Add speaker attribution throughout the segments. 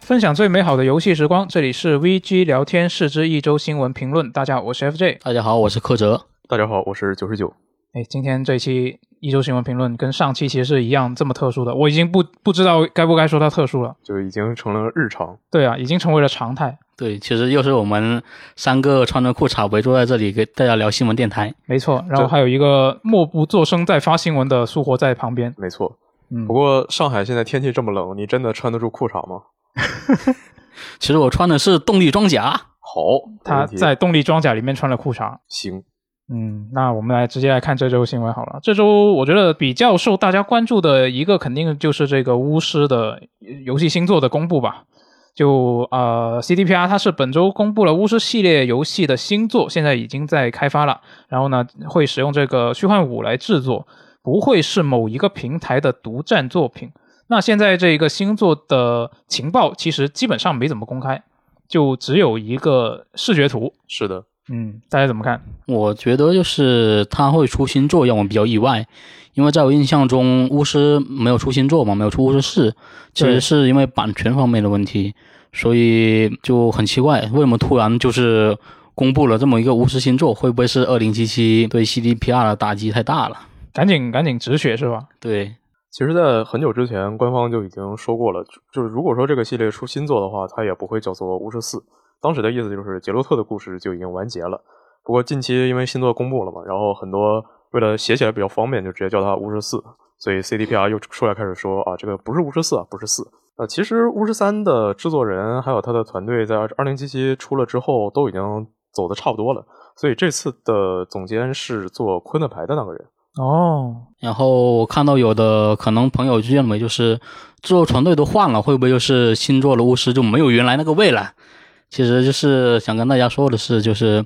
Speaker 1: 分享最美好的游戏时光，这里是 VG 聊天室之一周新闻评论。大家好，我是 FJ。
Speaker 2: 大家好，我是柯哲。
Speaker 3: 大家好，我是九十九。
Speaker 1: 哎，今天这一期一周新闻评论跟上期其实是一样这么特殊的，我已经不不知道该不该说它特殊了。
Speaker 3: 就已经成了日常。
Speaker 1: 对啊，已经成为了常态。
Speaker 2: 对，其实又是我们三个穿着裤衩围坐在这里给大家聊新闻电台。
Speaker 1: 没错，然后还有一个默不作声在发新闻的苏活在旁边。
Speaker 3: 没错，
Speaker 1: 嗯
Speaker 3: 不，过上海现在天气这么冷，你真的穿得住裤衩吗？
Speaker 2: 其实我穿的是动力装甲，
Speaker 3: 好，没
Speaker 1: 他
Speaker 3: 问题
Speaker 1: 在动力装甲里面穿了裤衩。
Speaker 3: 行，
Speaker 1: 嗯，那我们来直接来看这周新闻好了。这周我觉得比较受大家关注的一个，肯定就是这个巫师的呃游戏新作的公布吧。就呃，CDPR 它是本周公布了巫师系列游戏的新作，现在已经在开发了。然后呢，会使用这个虚幻五来制作，不会是某一个平台的独占作品。那现在这个星座的情报其实基本上没怎么公开，就只有一个视觉图。
Speaker 3: 是的，
Speaker 1: 嗯，大家怎么看？
Speaker 2: 我觉得就是他会出新作让我比较意外，因为在我印象中巫师没有出新作嘛，没有出巫师四，其
Speaker 1: 对
Speaker 2: 实是因为版权方面的问题，所以就很奇怪，为什么突然就是公布了这么一个巫师新作？会不会是二零七七对 CDPR 的打击太大了？
Speaker 1: 赶紧赶紧止血是吧？
Speaker 2: 对，
Speaker 3: 其实，在很久之前，官方就已经说过了，就就是如果说这个系列出新作的话，它也不会叫做巫师四。当时的意思就是杰洛特的故事就已经完结了。不过近期因为新作公布了嘛，然后很多为了写起来比较方便，就直接叫它巫师四。所以 CDPR 又出来开始说啊，这个不是巫师四啊，不是四。呃，其实巫师三的制作人还有他的团队在二零七七出了之后，都已经走的差不多了。所以这次的总监是做昆特牌的那个人。
Speaker 1: 哦，
Speaker 2: 然后我看到有的可能朋友就认为，就是制作团队都换了，会不会就是新做的巫师就没有原来那个味了？其实就是想跟大家说的是，就是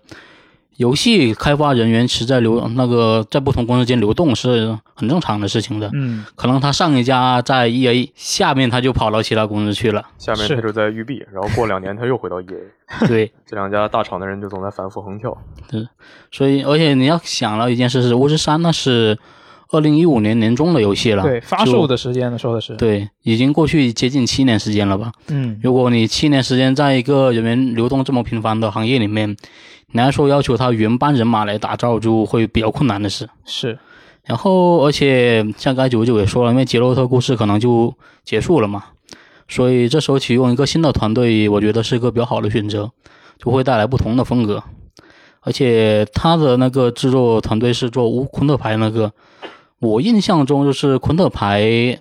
Speaker 2: 游戏开发人员其实在流那个在不同公司间流动是很正常的事情的。
Speaker 1: 嗯，
Speaker 2: 可能他上一家在 EA，下面他就跑到其他公司去 了。
Speaker 3: 下面
Speaker 1: 是
Speaker 3: 他就在育碧，然后过两年他又回到 EA。
Speaker 2: 对，
Speaker 3: 这两家大厂的人就总在反复横跳。
Speaker 2: 所以而且你要想到一件事是，巫师三那是二零一五年年中的游戏了，
Speaker 1: 对，发
Speaker 2: 就
Speaker 1: 售的时间呢说的是，，
Speaker 2: 对，已经过去接近七年时间了吧？
Speaker 1: 嗯，
Speaker 2: 如果你七年时间在一个人员流动这么频繁的行业里面，你还说要求他原班人马来打造，就会比较困难的事。
Speaker 1: 是，
Speaker 2: 然后，而且像刚才九九也说了，因为杰洛特故事可能就结束了嘛，所以这时候启用一个新的团队，我觉得是一个比较好的选择，就会带来不同的风格。而且他的那个制作团队是做乌昆特牌那个，我印象中就是昆特牌，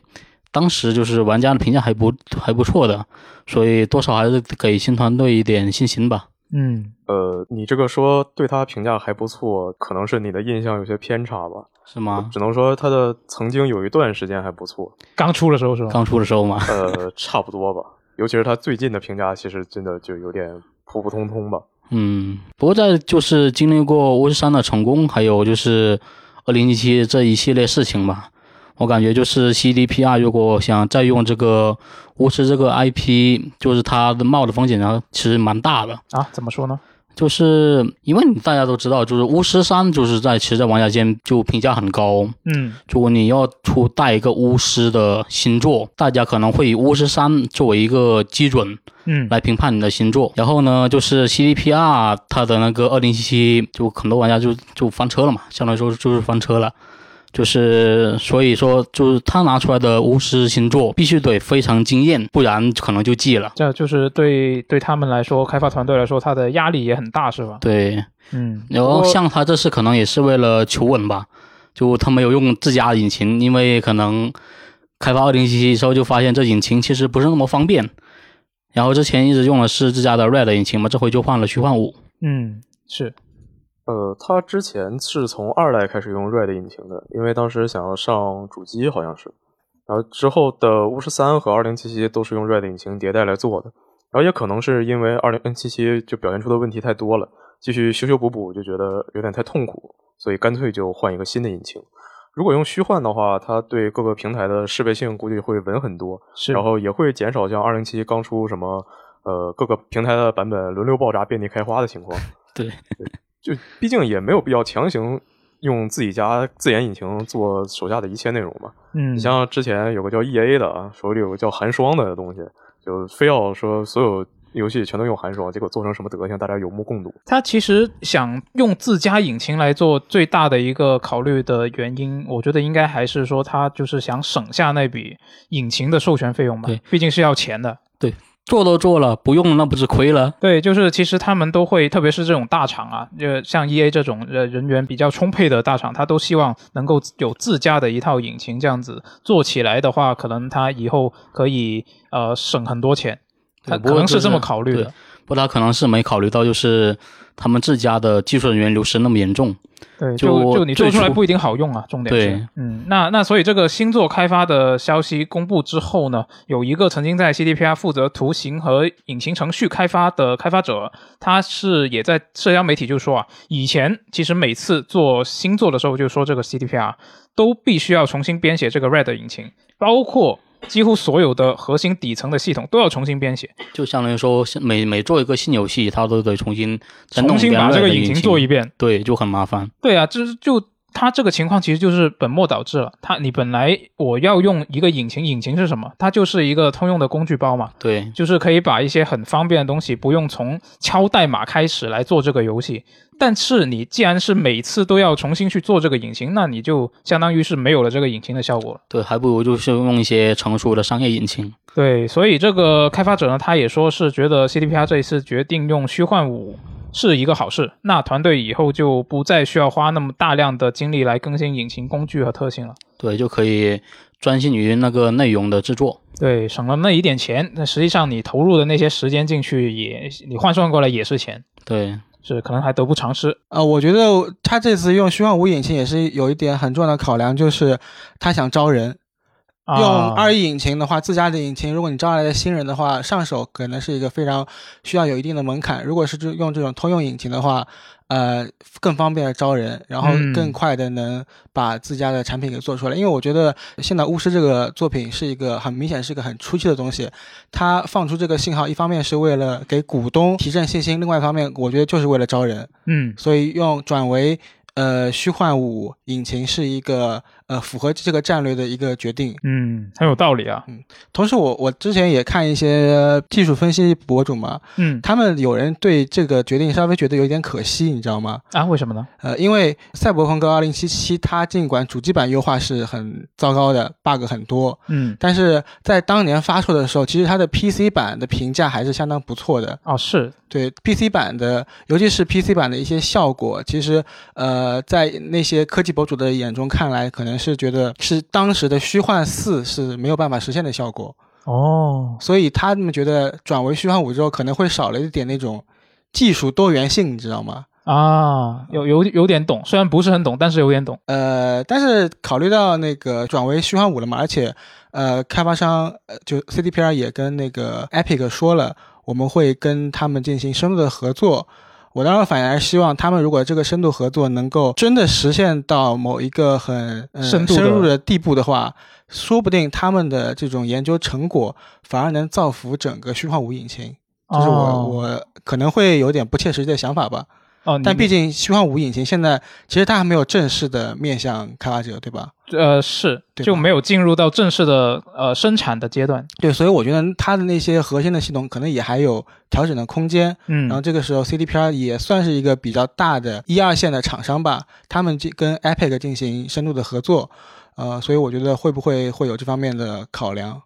Speaker 2: 当时就是玩家的评价还不还不错的，所以多少还是给新团队一点信心吧。
Speaker 1: 嗯，
Speaker 3: 呃，你这个说对他评价还不错，可能是你的印象有些偏差吧。
Speaker 2: 是吗？
Speaker 3: 只能说他的曾经有一段时间还不错，
Speaker 1: 刚出的时候是吧？
Speaker 2: 刚出的时候嘛，
Speaker 3: 呃， 差不多吧。尤其是他最近的评价，其实真的就有点普普通通吧。
Speaker 2: 嗯，不过在就是经历过巫师三的成功，还有就是二零一七这一系列事情吧，我感觉就是 CDPR 啊如果想再用这个巫师这个 IP，就是它的冒的风险呢，其实蛮大的。
Speaker 1: 啊，怎么说呢？
Speaker 2: 就是因为你大家都知道，就是巫师三就是在其实，在玩家间就评价很高。
Speaker 1: 嗯，
Speaker 2: 如果你要出带一个巫师的新作，大家可能会以巫师三作为一个基准，
Speaker 1: 嗯，
Speaker 2: 来评判你的星座。然后呢，就是 CDPR 它的那个二零七七，就很多玩家就就翻车了嘛，相当于说就是翻车了。就是所以说，就是他拿出来的巫师星座必须得非常惊艳，不然可能就记了。
Speaker 1: 这就是对对他们来说，开发团队来说，他的压力也很大，是吧？
Speaker 2: 对，
Speaker 1: 嗯，
Speaker 2: 然后像他这次可能也是为了求稳吧，就他没有用自家引擎，因为可能开发二零七七之后就发现这引擎其实不是那么方便。然后之前一直用的是自家的 Red 引擎嘛，这回就换了虚幻五。
Speaker 1: 嗯，是，
Speaker 3: 呃，他之前是从二代开始用 Red 引擎的，因为当时想要上主机，好像是。然后之后的巫师三和二零七七都是用 Red 引擎迭代来做的，然后也可能是因为二零七七就表现出的问题太多了，继续修修补补就觉得有点太痛苦，所以干脆就换一个新的引擎。如果用虚幻的话，它对各个平台的适配性估计会稳很多，
Speaker 1: 是，
Speaker 3: 然后也会减少像二零七刚出什么呃各个平台的版本轮流爆炸、遍地开花的情况。
Speaker 2: 对，
Speaker 3: 就毕竟也没有必要强行用自己家自研引擎做手下的一切内容嘛。
Speaker 1: 嗯
Speaker 3: 你，像之前有个叫 E A 的啊，手里有个叫寒霜的东西，就非要说所有游戏全都用寒霜，结果做成什么德行，大家有目共睹。
Speaker 1: 他其实想用自家引擎来做最大的一个考虑的原因，我觉得应该还是说他就是想省下那笔引擎的授权费用吧
Speaker 2: 对，
Speaker 1: 毕竟是要钱的。
Speaker 2: 做都做了，不用那不是亏了？
Speaker 1: 对，就是其实他们都会，特别是这种大厂啊，呃，像 E A 这种呃人员比较充沛的大厂，他都希望能够有自家的一套引擎，这样子做起来的话，可能他以后可以呃省很多钱，他
Speaker 2: 对不
Speaker 1: 可
Speaker 2: 过
Speaker 1: 能
Speaker 2: 就是
Speaker 1: 这么考虑的
Speaker 2: 对。不过他可能是没考虑到，就是他们自家的技术人员流失那么严重。
Speaker 1: 对，
Speaker 2: 就
Speaker 1: 就你做
Speaker 2: 最
Speaker 1: 出来
Speaker 2: 初
Speaker 1: 不一定好用啊，重点是
Speaker 2: 对，
Speaker 1: 嗯，那那所以这个星座开发的消息公布之后呢，有一个曾经在 CDPR 负责图形和引擎程序开发的开发者，他是也在社交媒体就说啊，以前其实每次做星座的时候就说这个 CDPR 都必须要重新编写这个 Red 引擎，包括。几乎所有的核心底层的系统都要重新编写，
Speaker 2: 就相当于说，每每做一个新游戏，他都得重新再
Speaker 1: 重
Speaker 2: 弄一
Speaker 1: 新
Speaker 2: 遍
Speaker 1: 把
Speaker 2: Red
Speaker 1: 这个
Speaker 2: 的
Speaker 1: 引
Speaker 2: 引
Speaker 1: 擎做一遍，
Speaker 2: 对，就很麻烦。
Speaker 1: 对啊，就是就他这个情况其实就是本末倒置了。他你本来我要用一个引擎，引擎是什么？它就是一个通用的工具包嘛，
Speaker 2: 对，
Speaker 1: 就是可以把一些很方便的东西不用从敲代码开始来做这个游戏。但是你既然是每次都要重新去做这个引擎，那你就相当于是没有了这个引擎的效果了。
Speaker 2: 对，还不如就是用一些成熟的商业引擎。
Speaker 1: 对，所以这个开发者呢，他也说是觉得 CDPR 这一次决定用虚幻五是一个好事，那团队以后就不再需要花那么大量的精力来更新引擎工具和特性了。
Speaker 2: 对，就可以专心于那个内容的制作。
Speaker 1: 对，省了那一点钱，那实际上你投入的那些时间进去也，你换算过来也是钱，
Speaker 2: 对，
Speaker 1: 是可能还得不偿失。
Speaker 4: 呃，我觉得他这次用虚幻五引擎也是有一点很重要的考量，就是他想招人。
Speaker 1: 啊、
Speaker 4: 用二 E 引擎的话，自家的引擎，如果你招来的新人的话，上手可能是一个非常需要有一定的门槛。如果是就用这种通用引擎的话，呃，更方便的招人，然后
Speaker 1: 嗯
Speaker 4: 更快的能把自家的产品给做出来。因为我觉得现在巫师这个作品是一个很明显是一个很初期的东西，它放出这个信号，一方面是为了给股东提振信心，另外一方面我觉得就是为了招人。
Speaker 1: 嗯，
Speaker 4: 所以用转为呃虚幻五引擎是一个呃符合这个战略的一个决定。
Speaker 1: 嗯，很有道理啊。
Speaker 4: 同时我，我之前也看一些技术分析博主嘛，
Speaker 1: 嗯
Speaker 4: 他们有人对这个决定稍微觉得有点可惜，你知道吗？
Speaker 1: 啊，为什么呢？
Speaker 4: 呃，因为《赛博朋克2077》它尽管主机版优化是很糟糕的，bug 很多，
Speaker 1: 嗯，
Speaker 4: 但是在当年发售的时候，其实它的 PC 版的评价还是相当不错的。
Speaker 1: 哦，是，
Speaker 4: 对 PC 版的，尤其是 PC 版的一些效果，其实呃，在那些科技博主的眼中看来，可能是觉得是当时的虚幻四是没有办法实现的效果，
Speaker 1: 哦，
Speaker 4: 所以他们觉得转为虚幻五之后，可能会少了一点那种技术多元性，你知道吗？
Speaker 1: 啊，有有有点懂，虽然不是很懂，但是有点懂。
Speaker 4: 呃，但是考虑到那个转为虚幻五了嘛，而且呃，开发商呃就 CDPR 也跟那个 Epic 说了，我们会跟他们进行深度的合作。我当然反而希望他们如果这个深度合作能够真的实现到某一个很、呃
Speaker 1: 深度的
Speaker 4: 深入的地步的话，说不定他们的这种研究成果反而能造福整个虚幻五引擎。这是我、
Speaker 1: 哦
Speaker 4: 我可能会有点不切实际的想法吧。
Speaker 1: 哦，你
Speaker 4: 但毕竟虚幻五引擎现在其实它还没有正式的面向开发者，对吧？
Speaker 1: 呃是
Speaker 4: 对吧
Speaker 1: 就没有进入到正式的呃生产的阶段。
Speaker 4: 对，所以我觉得它的那些核心的系统可能也还有调整的空间。
Speaker 1: 嗯
Speaker 4: 然后这个时候 CDPR 也算是一个比较大的一二线的厂商吧，他们进跟 Epic 进行深度的合作，呃，所以我觉得会不会会有这方面的考量？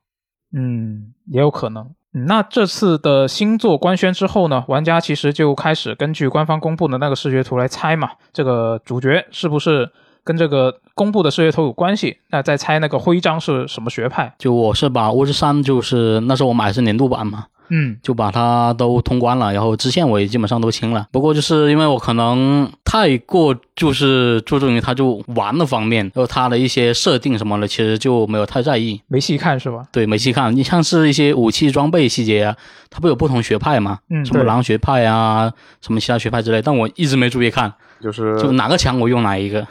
Speaker 1: 嗯，也有可能。嗯那这次的星座官宣之后呢，玩家其实就开始根据官方公布的那个视觉图来猜嘛，这个主角是不是跟这个公布的视觉图有关系？那再猜那个徽章是什么学派？
Speaker 2: 就我是把巫师三，就是那时候我买的是年度版嘛，
Speaker 1: 嗯
Speaker 2: 就把它都通关了，然后支线我也基本上都清了。不过就是因为我可能太过就是注重于它就玩的方面，然后它的一些设定什么的，其实就没有太在意。
Speaker 1: 没细看是吧？
Speaker 2: 对，没细看。你像是一些武器装备细节啊，它不有不同学派嘛，
Speaker 1: 嗯
Speaker 2: 什么
Speaker 1: 对
Speaker 2: 狼学派啊，什么其他学派之类，但我一直没注意看，
Speaker 3: 就是
Speaker 2: 就哪个强我用哪一个。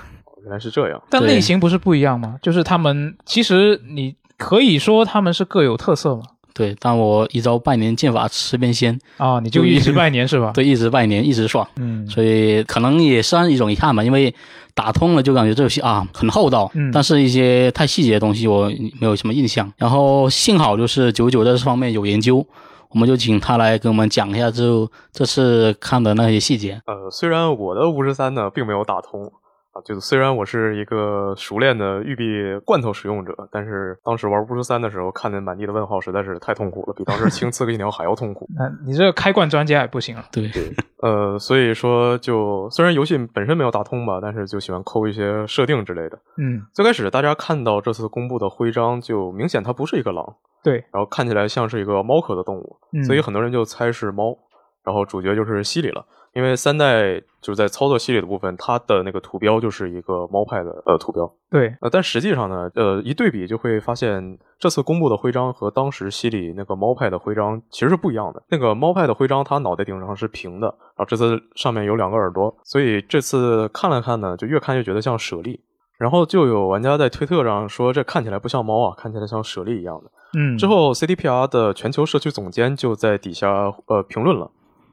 Speaker 3: 原来是这样，
Speaker 1: 但
Speaker 2: 对
Speaker 1: 类型不是不一样吗？就是他们其实你可以说他们是各有特色嘛。
Speaker 2: 对，但我一招拜年剑法吃遍仙，
Speaker 1: 啊，你就一直拜年是吧？
Speaker 2: 对，一直拜年一直爽，
Speaker 1: 嗯，
Speaker 2: 所以可能也算一种遗憾吧，因为打通了就感觉这游戏啊很厚道，
Speaker 1: 嗯
Speaker 2: 但是一些太细节的东西我没有什么印象。然后幸好就是九九在这方面有研究，我们就请他来给我们讲一下就这次看的那些细节。
Speaker 3: 呃，虽然我的巫师三呢并没有打通啊，就是虽然我是一个熟练的育碧罐头使用者，但是当时玩巫师三的时候，看见满地的问号实在是太痛苦了，比当时青刺客信条还要痛苦。
Speaker 1: 那你这个开罐专家也不行了。
Speaker 2: 对，
Speaker 3: 呃，所以说就虽然游戏本身没有打通吧，但是就喜欢抠一些设定之类的。
Speaker 1: 嗯，
Speaker 3: 最开始大家看到这次公布的徽章，就明显它不是一个狼，
Speaker 1: 对，
Speaker 3: 然后看起来像是一个猫科的动物，
Speaker 1: 嗯
Speaker 3: 所以很多人就猜是猫。然后主角就是西里了，因为三代就是在操作西里的部分，它的那个图标就是一个猫派的呃图标。
Speaker 1: 对，
Speaker 3: 呃，但实际上呢，呃，一对比就会发现，这次公布的徽章和当时西里那个猫派的徽章其实是不一样的。那个猫派的徽章，它脑袋顶上是平的，然后这次上面有两个耳朵，所以这次看了看呢，就越看越觉得像舍利。然后就有玩家在推特上说，这看起来不像猫啊，看起来像舍利一样的。
Speaker 1: 嗯，
Speaker 3: 之后，CDPR 的全球社区总监就在底下呃评论了，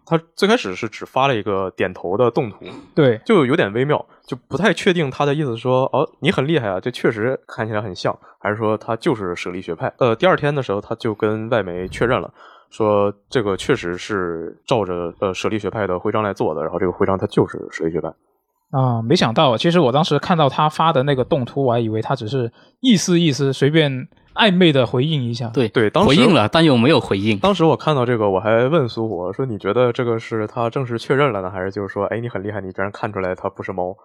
Speaker 3: 他最开始是只发了一个点头的动图，
Speaker 1: 对，
Speaker 3: 就有点微妙，就不太确定他的意思是说，哦，你很厉害啊，这确实看起来很像，还是说他就是舍利学派？呃，第二天的时候他就跟外媒确认了，说这个确实是照着呃舍利学派的徽章来做的，然后这个徽章它就是舍利学派。
Speaker 1: 啊、没想到，其实我当时看到他发的那个动图，我还以为他只是意思意思，随便暧昧的回应一下。
Speaker 2: 对
Speaker 3: 对当时
Speaker 2: 回应了，但又没有回应。
Speaker 3: 当时我看到这个，我还问苏活说，你觉得这个是他正式确认了呢，还是就是说，哎，你很厉害，你居然看出来它不是猫？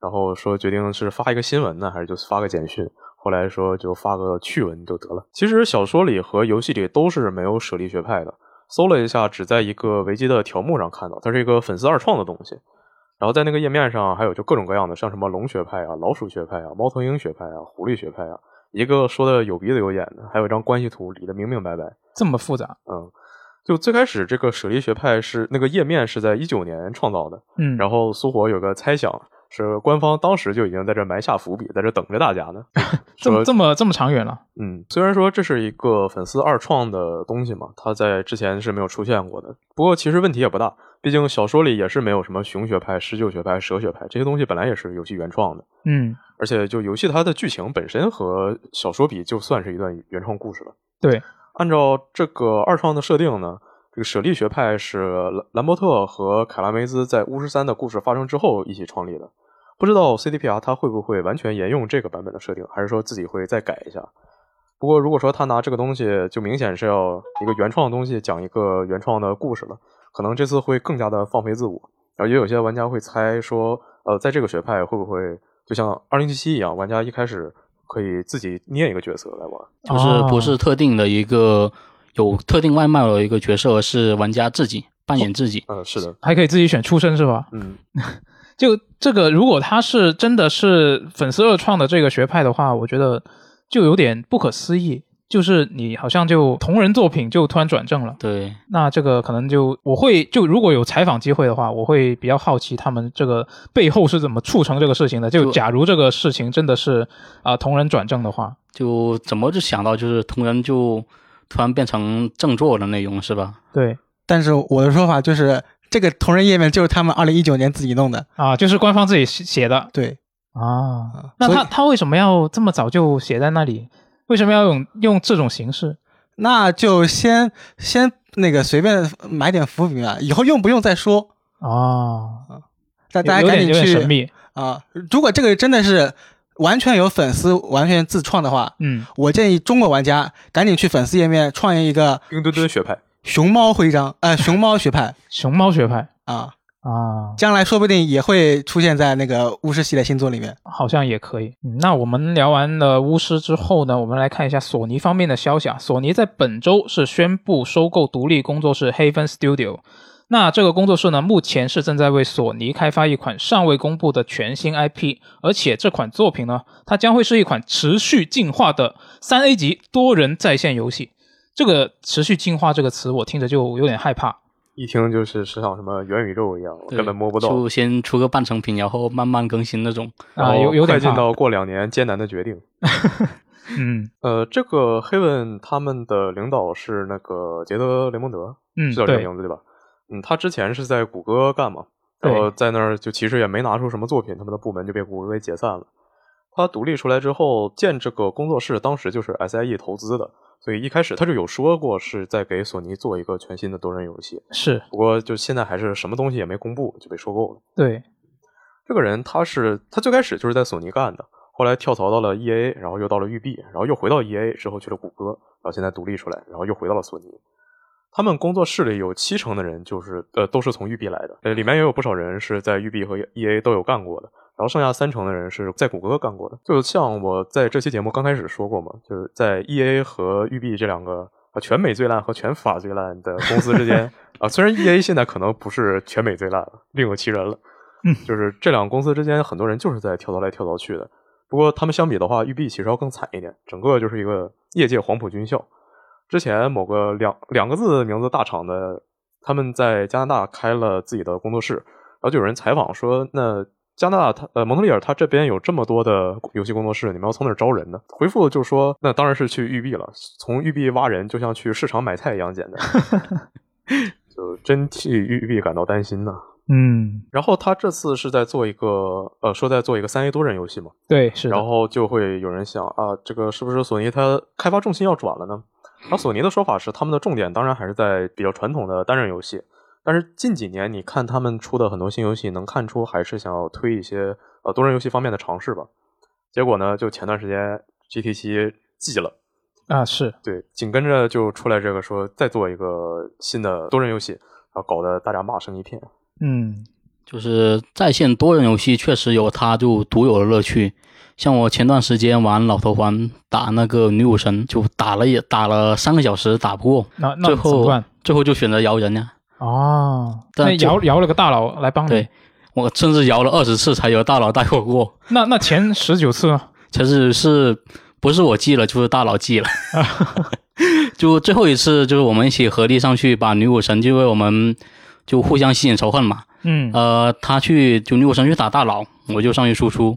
Speaker 3: 然后说决定是发一个新闻呢，还是就发个简讯？后来说就发个趣闻就得了。其实小说里和游戏里都是没有舍利学派的。搜了一下，只在一个维基的条目上看到，它是一个粉丝二创的东西。然后在那个页面上还有就各种各样的，像什么龙学派啊、老鼠学派啊、猫头鹰学派啊、狐狸学派啊，一个说的有鼻子有眼的，还有一张关系图理的明明白白。
Speaker 1: 这么复杂。
Speaker 3: 嗯，就最开始这个舍利学派是那个页面是在一九年创造的，
Speaker 1: 嗯，
Speaker 3: 然
Speaker 1: 后
Speaker 3: 后苏火有个猜想是官方当时就已经在这埋下伏笔，在这等着大家呢。
Speaker 1: 这么
Speaker 3: 说
Speaker 1: 这么这么长远了。
Speaker 3: 嗯，虽然说这是一个粉丝二创的东西嘛，它在之前是没有出现过的。不过其实问题也不大，毕竟小说里也是没有什么熊学派、狮鹫学派、蛇学派这些东西，本来也是游戏原创的。
Speaker 1: 嗯，
Speaker 3: 而且就游戏它的剧情本身和小说比，就算是一段原创故事了。
Speaker 1: 对，
Speaker 3: 按照这个二创的设定呢，这个舍利学派是兰兰伯特和凯拉梅兹在巫师三的故事发生之后一起创立的。不知道 CDPR 它会不会完全沿用这个版本的设定，还是说自己会再改一下？不过如果说他拿这个东西，就明显是要一个原创的东西讲一个原创的故事了，可能这次会更加的放飞自我。然后也有些玩家会猜说，呃，在这个学派会不会就像二零七七一样，玩家一开始可以自己捏一个角色来玩？
Speaker 2: 就是不是特定的一个有特定外貌的一个角色，而是玩家自己扮演自己。
Speaker 3: 嗯、是的，
Speaker 1: 还可以自己选出身是吧？
Speaker 3: 嗯，
Speaker 1: 就这个，如果他是真的是粉丝二创的这个学派的话，我觉得就有点不可思议。就是你好像就同人作品就突然转正了，
Speaker 2: 对，
Speaker 1: 那这个可能就我会就如果有采访机会的话，我会比较好奇他们这个背后是怎么促成这个事情的。就
Speaker 2: 就
Speaker 1: 假如这个事情真的是啊、同人转正的话，
Speaker 2: 就怎么就想到就是同人就突然变成正作的内容是吧？
Speaker 1: 对
Speaker 4: 但是我的说法就是，这个同人页面就是他们二零一九年自己弄的，
Speaker 1: 啊，就是官方自己写的
Speaker 4: 对，
Speaker 1: 啊。
Speaker 4: 所
Speaker 1: 那
Speaker 4: 以
Speaker 1: 他他为什么要这么早就写在那里？为什么要用用这种形式？
Speaker 4: 那就先先那个随便买点伏笔啊，以后用不用再说。
Speaker 1: 哦，
Speaker 4: 大大家
Speaker 1: 有
Speaker 4: 赶
Speaker 1: 点
Speaker 4: 紧
Speaker 1: 有点神
Speaker 4: 去
Speaker 1: 秘，
Speaker 4: 啊！如果这个真的是完全有粉丝完全自创的话，
Speaker 1: 嗯，
Speaker 4: 我建议中国玩家赶紧去粉丝页面创建一个
Speaker 3: 冰墩墩学派。
Speaker 4: 熊猫徽章，呃，熊猫学派
Speaker 1: 熊猫学派
Speaker 4: 啊，
Speaker 1: 啊，
Speaker 4: 将来说不定也会出现在那个巫师系列星座里面。
Speaker 1: 好像也可以。嗯那我们聊完了巫师之后呢，我们来看一下索尼方面的消息啊。索尼在本周是宣布收购独立工作室 Haven Studio。那这个工作室呢，目前是正在为索尼开发一款尚未公布的全新 IP，而且这款作品呢，它将会是一款持续进化的三 A 级多人在线游戏。这个“持续进化”这个词，我听着就有点害怕。
Speaker 3: 一听就是是像什么元宇宙一样，我
Speaker 2: 对
Speaker 3: 根本摸不到。
Speaker 1: 啊
Speaker 2: 就先出个半成品，然后慢慢更新那种。
Speaker 1: 啊有有点
Speaker 3: 哦快进
Speaker 1: 怕
Speaker 3: 到过两年艰难的决定。
Speaker 1: 嗯
Speaker 3: 呃，这个 Haven 他们的领导是那个杰德·雷蒙德，
Speaker 1: 嗯，
Speaker 3: 是叫这个
Speaker 1: 对，
Speaker 3: 名字对吧？嗯，他之前是在谷歌干嘛，
Speaker 1: 对
Speaker 3: 然后在那儿就其实也没拿出什么作品，他们的部门就被谷歌给解散了。他独立出来之后建这个工作室，当时就是 SIE 投资的，所以一开始他就有说过是在给索尼做一个全新的多人游戏，
Speaker 1: 是
Speaker 3: 不过就现在还是什么东西也没公布就被收购了。
Speaker 1: 对，
Speaker 3: 这个人他是他最开始就是在索尼干的，后来跳槽到了 E A，然后又到了育碧，然后又回到 E A，之后去了谷歌，然后现在独立出来，然后又回到了索尼。他们工作室里有七成的人就是呃都是从育碧来的，呃里面也有不少人是在育碧和 E A 都有干过的，然后剩下三成的人是在谷歌干过的。就像我在这期节目刚开始说过嘛，就是在 E A 和育碧这两个。啊，全美最烂和全法最烂的公司之间 啊，虽然 E A 现在可能不是全美最烂了，另有其人了，就是这两个公司之间，很多人就是在跳槽来跳槽去的。不过他们相比的话，育碧其实要更惨一点，整个就是一个业界黄埔军校。之前某个两两个字名字大厂的，他们在加拿大开了自己的工作室，然后就有人采访说，那加拿大他呃蒙特利尔他这边有这么多的游戏工作室，你们要从哪儿招人呢？回复就说，那当然是去育碧了，从育碧挖人就像去市场买菜一样简单，就真替育碧感到担心呐。
Speaker 1: 嗯，
Speaker 3: 然后他这次是在做一个呃，说在做一个三 A 多人游戏嘛，
Speaker 1: 对，是的
Speaker 3: 然后就会有人想啊，这个是不是索尼它开发重心要转了呢？然后索尼的说法是，他们的重点当然还是在比较传统的单人游戏，但是近几年你看他们出的很多新游戏，能看出还是想要推一些呃多人游戏方面的尝试吧。结果呢，就前段时间 GT 七寄了。
Speaker 1: 啊，是
Speaker 3: 对，紧跟着就出来这个说再做一个新的多人游戏，然后搞得大家骂声一片。
Speaker 1: 嗯，
Speaker 2: 就是在线多人游戏确实有它就独有的乐趣。像我前段时间玩老头环打那个女武神，就打了也打了三个小时打不过，
Speaker 1: 那那
Speaker 2: 最
Speaker 1: 怎么
Speaker 2: 后
Speaker 1: 办？
Speaker 2: 最后就选择摇人呀。
Speaker 1: 哦，
Speaker 2: 但
Speaker 1: 那
Speaker 2: 就
Speaker 1: 摇摇了个大佬来帮你
Speaker 2: 对，我甚至摇了二十次才有大佬带我过，
Speaker 1: 那那前十九次呢？
Speaker 2: 其实是不是我记了就是大佬 记了。就最后一次就是我们一起合力上去把女武神，就为我们就互相吸引仇恨嘛。
Speaker 1: 嗯，
Speaker 2: 呃，他去就女武神去打大佬，我就上去输出，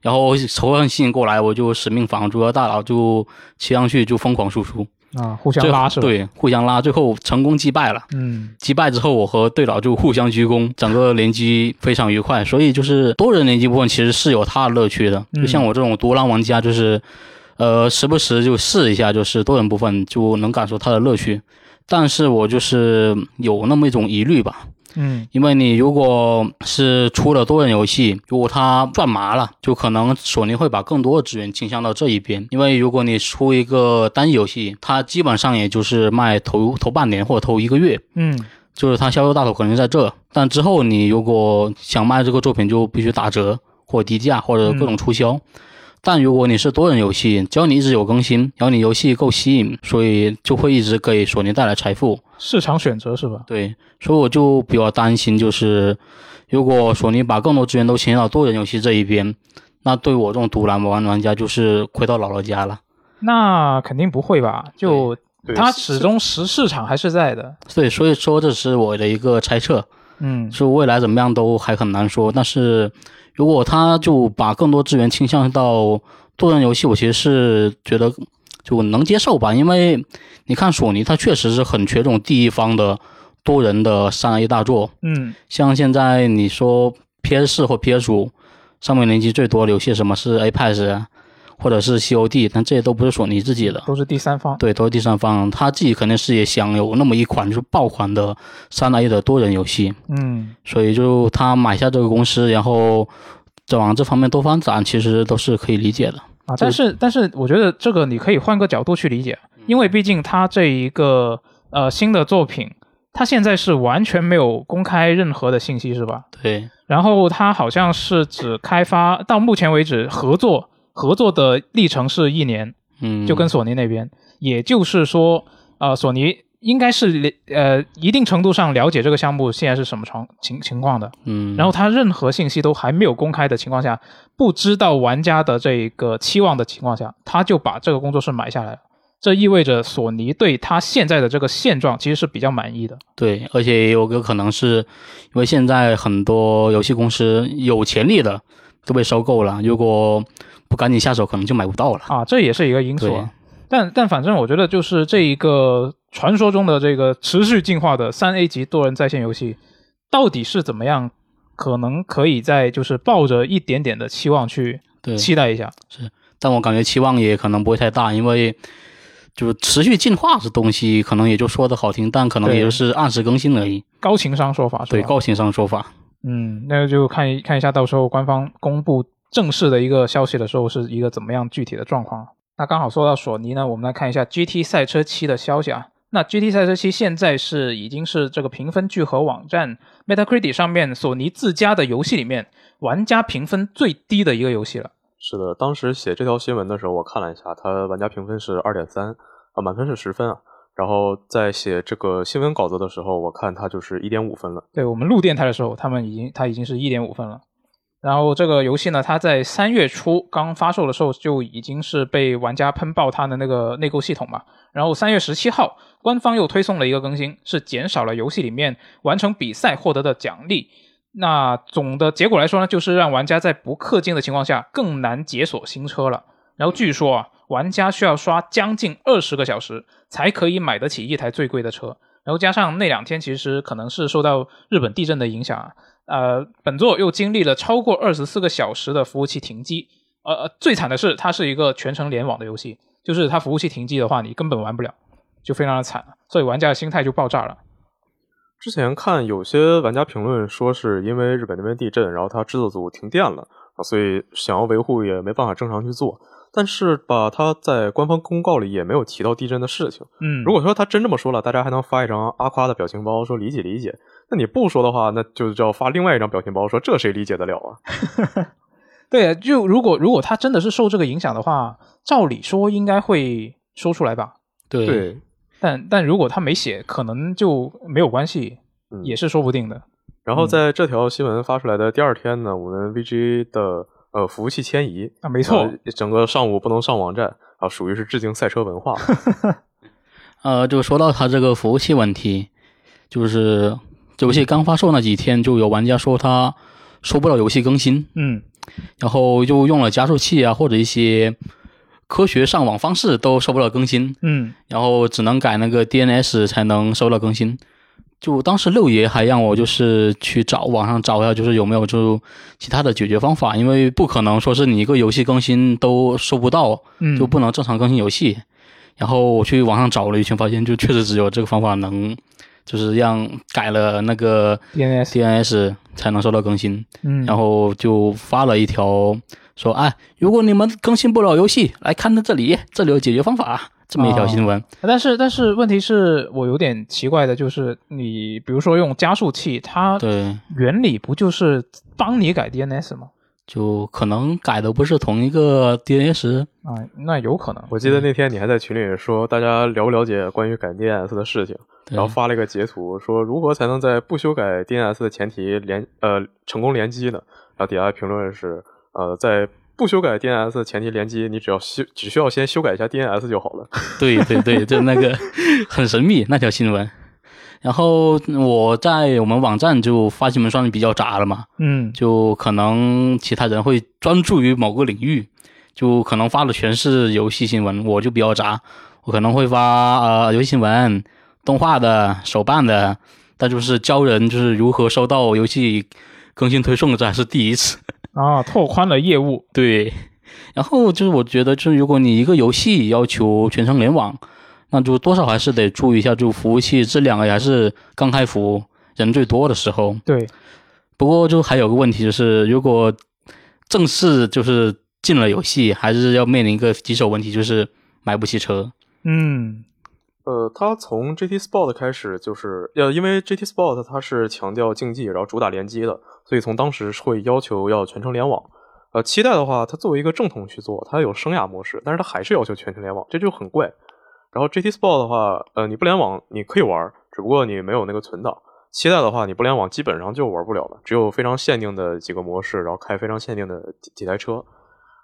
Speaker 2: 然后仇恨吸引过来，我就使命防住，大佬就骑上去就疯狂输出，
Speaker 1: 啊，互相
Speaker 2: 最后
Speaker 1: 拉是吧？，
Speaker 2: 对，互相拉，最后成功击败了。
Speaker 1: 嗯，
Speaker 2: 击败之后，我和队老就互相鞠躬，整个联机非常愉快。所以就是多人联机部分其实是有它的乐趣的。
Speaker 1: 嗯
Speaker 2: 就像我这种独狼玩家，就是呃时不时就试一下，就是多人部分就能感受它的乐趣。但是我就是有那么一种疑虑吧，
Speaker 1: 嗯，
Speaker 2: 因为你如果是出了多人游戏，如果它转麻了，就可能索尼会把更多的资源倾向到这一边。因为如果你出一个单游戏，它基本上也就是卖头头半年或者头一个月，
Speaker 1: 嗯，
Speaker 2: 就是它销售大头可能在这。但之后你如果想卖这个作品，就必须打折或低价或者各种促销。但如果你是多人游戏，只要你一直有更新，然后你游戏够吸引，所以就会一直给索尼带来财富。
Speaker 1: 市场选择是吧？
Speaker 2: 对，所以我就比较担心，就是如果索尼把更多资源都倾斜到多人游戏这一边，那对我这种独蓝玩玩家就是回到姥姥家了。
Speaker 1: 那肯定不会吧？就
Speaker 3: 对
Speaker 1: 它
Speaker 3: 是
Speaker 1: 始终实市场还是在的。
Speaker 2: 对，所以说这是我的一个猜测，
Speaker 1: 嗯
Speaker 2: 是未来怎么样都还很难说。但是如果他就把更多资源倾向到多人游戏，我其实是觉得就我能接受吧，因为你看索尼，它确实是很缺这种第一方的多人的三 A 大作，
Speaker 1: 嗯，
Speaker 2: 像现在你说 PS 四或 PS 五上面联机最多的游戏，什么是 Apex 啊或者是 COD，但这些都不是索尼自己的，
Speaker 1: 都是第三方。
Speaker 2: 对，都是第三方，他自己肯定是也想有那么一款就是爆款的三 A 的多人游戏，
Speaker 1: 嗯，
Speaker 2: 所以就他买下这个公司，然后再往这方面多发展，其实都是可以理解的。
Speaker 1: 啊，但是但是我觉得这个你可以换个角度去理解，
Speaker 2: 嗯
Speaker 1: 因为毕竟它这一个呃新的作品，它现在是完全没有公开任何的信息是吧？
Speaker 2: 对，
Speaker 1: 然后它好像是只开发到目前为止合作合作的历程是一年，
Speaker 2: 嗯，
Speaker 1: 就跟索尼那边，也就是说，呃，索尼应该是了呃一定程度上了解这个项目现在是什么情情情况的，
Speaker 2: 嗯，
Speaker 1: 然后它任何信息都还没有公开的情况下，不知道玩家的这个期望的情况下，他就把这个工作室买下来了。这意味着索尼对他现在的这个现状其实是比较满意的。
Speaker 2: 对，而且也有个可能是，因为现在很多游戏公司有潜力的，都被收购了，如果不赶紧下手，可能就买不到了。
Speaker 1: 啊，这也是一个因素
Speaker 2: 对
Speaker 1: 啊。，但但反正我觉得就是这一个传说中的这个持续进化的三 A 级多人在线游戏，到底是怎么样？可能可以在就是抱着一点点的期望去
Speaker 2: 对，
Speaker 1: 期待一下。
Speaker 2: 但我感觉期望也可能不会太大，因为就是持续进化这东西，可能也就说的好听，但可能
Speaker 1: 对
Speaker 2: 也就是按时更新而已。
Speaker 1: 高情商说法是吧？啊
Speaker 2: 对，高情商说法，
Speaker 1: 嗯，那就看一看一下，到时候官方公布正式的一个消息的时候，是一个怎么样具体的状况。啊那刚好说到索尼呢，我们来看一下 GT 赛车七的消息啊。那 GT 赛车七现在是已经是这个评分聚合网站 Metacritic 上面索尼自家的游戏里面玩家评分最低的一个游戏了。
Speaker 3: 是的，当时写这条新闻的时候，我看了一下，它玩家评分是二点三，啊，满分是十分啊。然后在写这个新闻稿子的时候，我看它就是一点五分了。
Speaker 1: 对我们录电台的时候，他们已经它已经是一点五分了。然后这个游戏呢，它在三月初刚发售的时候就已经是被玩家喷爆它的那个内购系统嘛。然后三月十七号，官方又推送了一个更新，是减少了游戏里面完成比赛获得的奖励。那总的结果来说呢，就是让玩家在不氪金的情况下更难解锁新车了。然后据说啊，玩家需要刷将近二十个小时才可以买得起一台最贵的车。然后加上那两天其实可能是受到日本地震的影响啊，呃，本作又经历了超过二十四个小时的服务器停机。呃，呃最惨的是它是一个全程联网的游戏，就是它服务器停机的话，你根本玩不了，就非常的惨，啊所以玩家的心态就爆炸了。嗯
Speaker 3: 之前看有些玩家评论说，是因为日本那边地震，然后它制作组停电了啊，所以想要维护也没办法正常去做。但是吧，它在官方公告里也没有提到地震的事情。
Speaker 1: 嗯，
Speaker 3: 如果说他真这么说了，大家还能发一张阿夸的表情包说理解理解。那你不说的话，那就要发另外一张表情包说这谁理解得了啊？
Speaker 1: 对，啊就如果如果他真的是受这个影响的话，照理说应该会说出来吧。
Speaker 2: 对，
Speaker 1: 但但如果他没写，可能就没有关系，
Speaker 3: 嗯
Speaker 1: 也是说不定的。嗯
Speaker 3: 然后在这条新闻发出来的第二天呢，我们 VG 的呃服务器迁移，
Speaker 1: 啊，没错，
Speaker 3: 呃整个上午不能上网站啊，属于是致敬赛车 文化。
Speaker 2: 呃，就说到它这个服务器问题，就是这游戏刚发售那几天，就有玩家说他收不到游戏更新，
Speaker 1: 嗯，
Speaker 2: 然后又用了加速器啊，或者一些科学上网方式都收不到更新，
Speaker 1: 嗯，
Speaker 2: 然后只能改那个 DNS 才能收到更新。就当时六爷还让我就是去找网上找一下，就是有没有就其他的解决方法，因为不可能说是你一个游戏更新都收不到，
Speaker 1: 嗯
Speaker 2: 就不能正常更新游戏。然后我去网上找了一圈，发现就确实只有这个方法能，就是让改了那个
Speaker 1: DNS，
Speaker 2: DNS 才能收到更新。
Speaker 1: 嗯，
Speaker 2: 然后就发了一条说：“哎，如果你们更新不了游戏，来看看这里，这里有解决方法。”这么一条新闻。
Speaker 1: 但是但是问题是我有点奇怪的，就是你比如说用加速器，它
Speaker 2: 啊对，
Speaker 1: 原理不就是帮你改 DNS 吗？
Speaker 2: 就可能改的不是同一个 DNS。
Speaker 1: 啊，那有可能。
Speaker 3: 我记得那天你还在群里说，大家了不了解关于改 DNS 的事情，
Speaker 2: 对
Speaker 3: 然后发了一个截图，说如何才能在不修改 DNS 的前提连呃成功联机呢？然后底下评论是呃在。不修改 DNS 的前提联机，你只要修，只需要先修改一下 DNS 就好了。
Speaker 2: 对对对，就那个 很神秘那条新闻。然后我在我们网站就发新闻算是比较杂了嘛，
Speaker 1: 嗯，
Speaker 2: 就可能其他人会专注于某个领域，就可能发的全是游戏新闻，我就比较杂，我可能会发呃游戏新闻、动画的、手办的，但就是教人就是如何收到游戏更新推送，这还是第一次。
Speaker 1: 啊，拓宽了业务。
Speaker 2: 对，然后就是我觉得，就是如果你一个游戏要求全程联网，那就多少还是得注意一下，就服务器质量啊，还是刚开服人最多的时候。
Speaker 1: 对，
Speaker 2: 不过就还有个问题，就是如果正式就是进了游戏，还是要面临一个棘手问题，就是买不起车。
Speaker 1: 嗯，
Speaker 3: 呃，它从 GT Sport 开始就是，呃，因为 GT Sport 它是强调竞技，然后主打联机的，所以从当时是会要求要全程联网。呃，期待的话，它作为一个正统去做，它有生涯模式，但是它还是要求全程联网，这就很怪。然后 GT Sport 的话，呃，你不联网你可以玩，只不过你没有那个存档。期待的话，你不联网基本上就玩不了了，只有非常限定的几个模式，然后开非常限定的几几台车。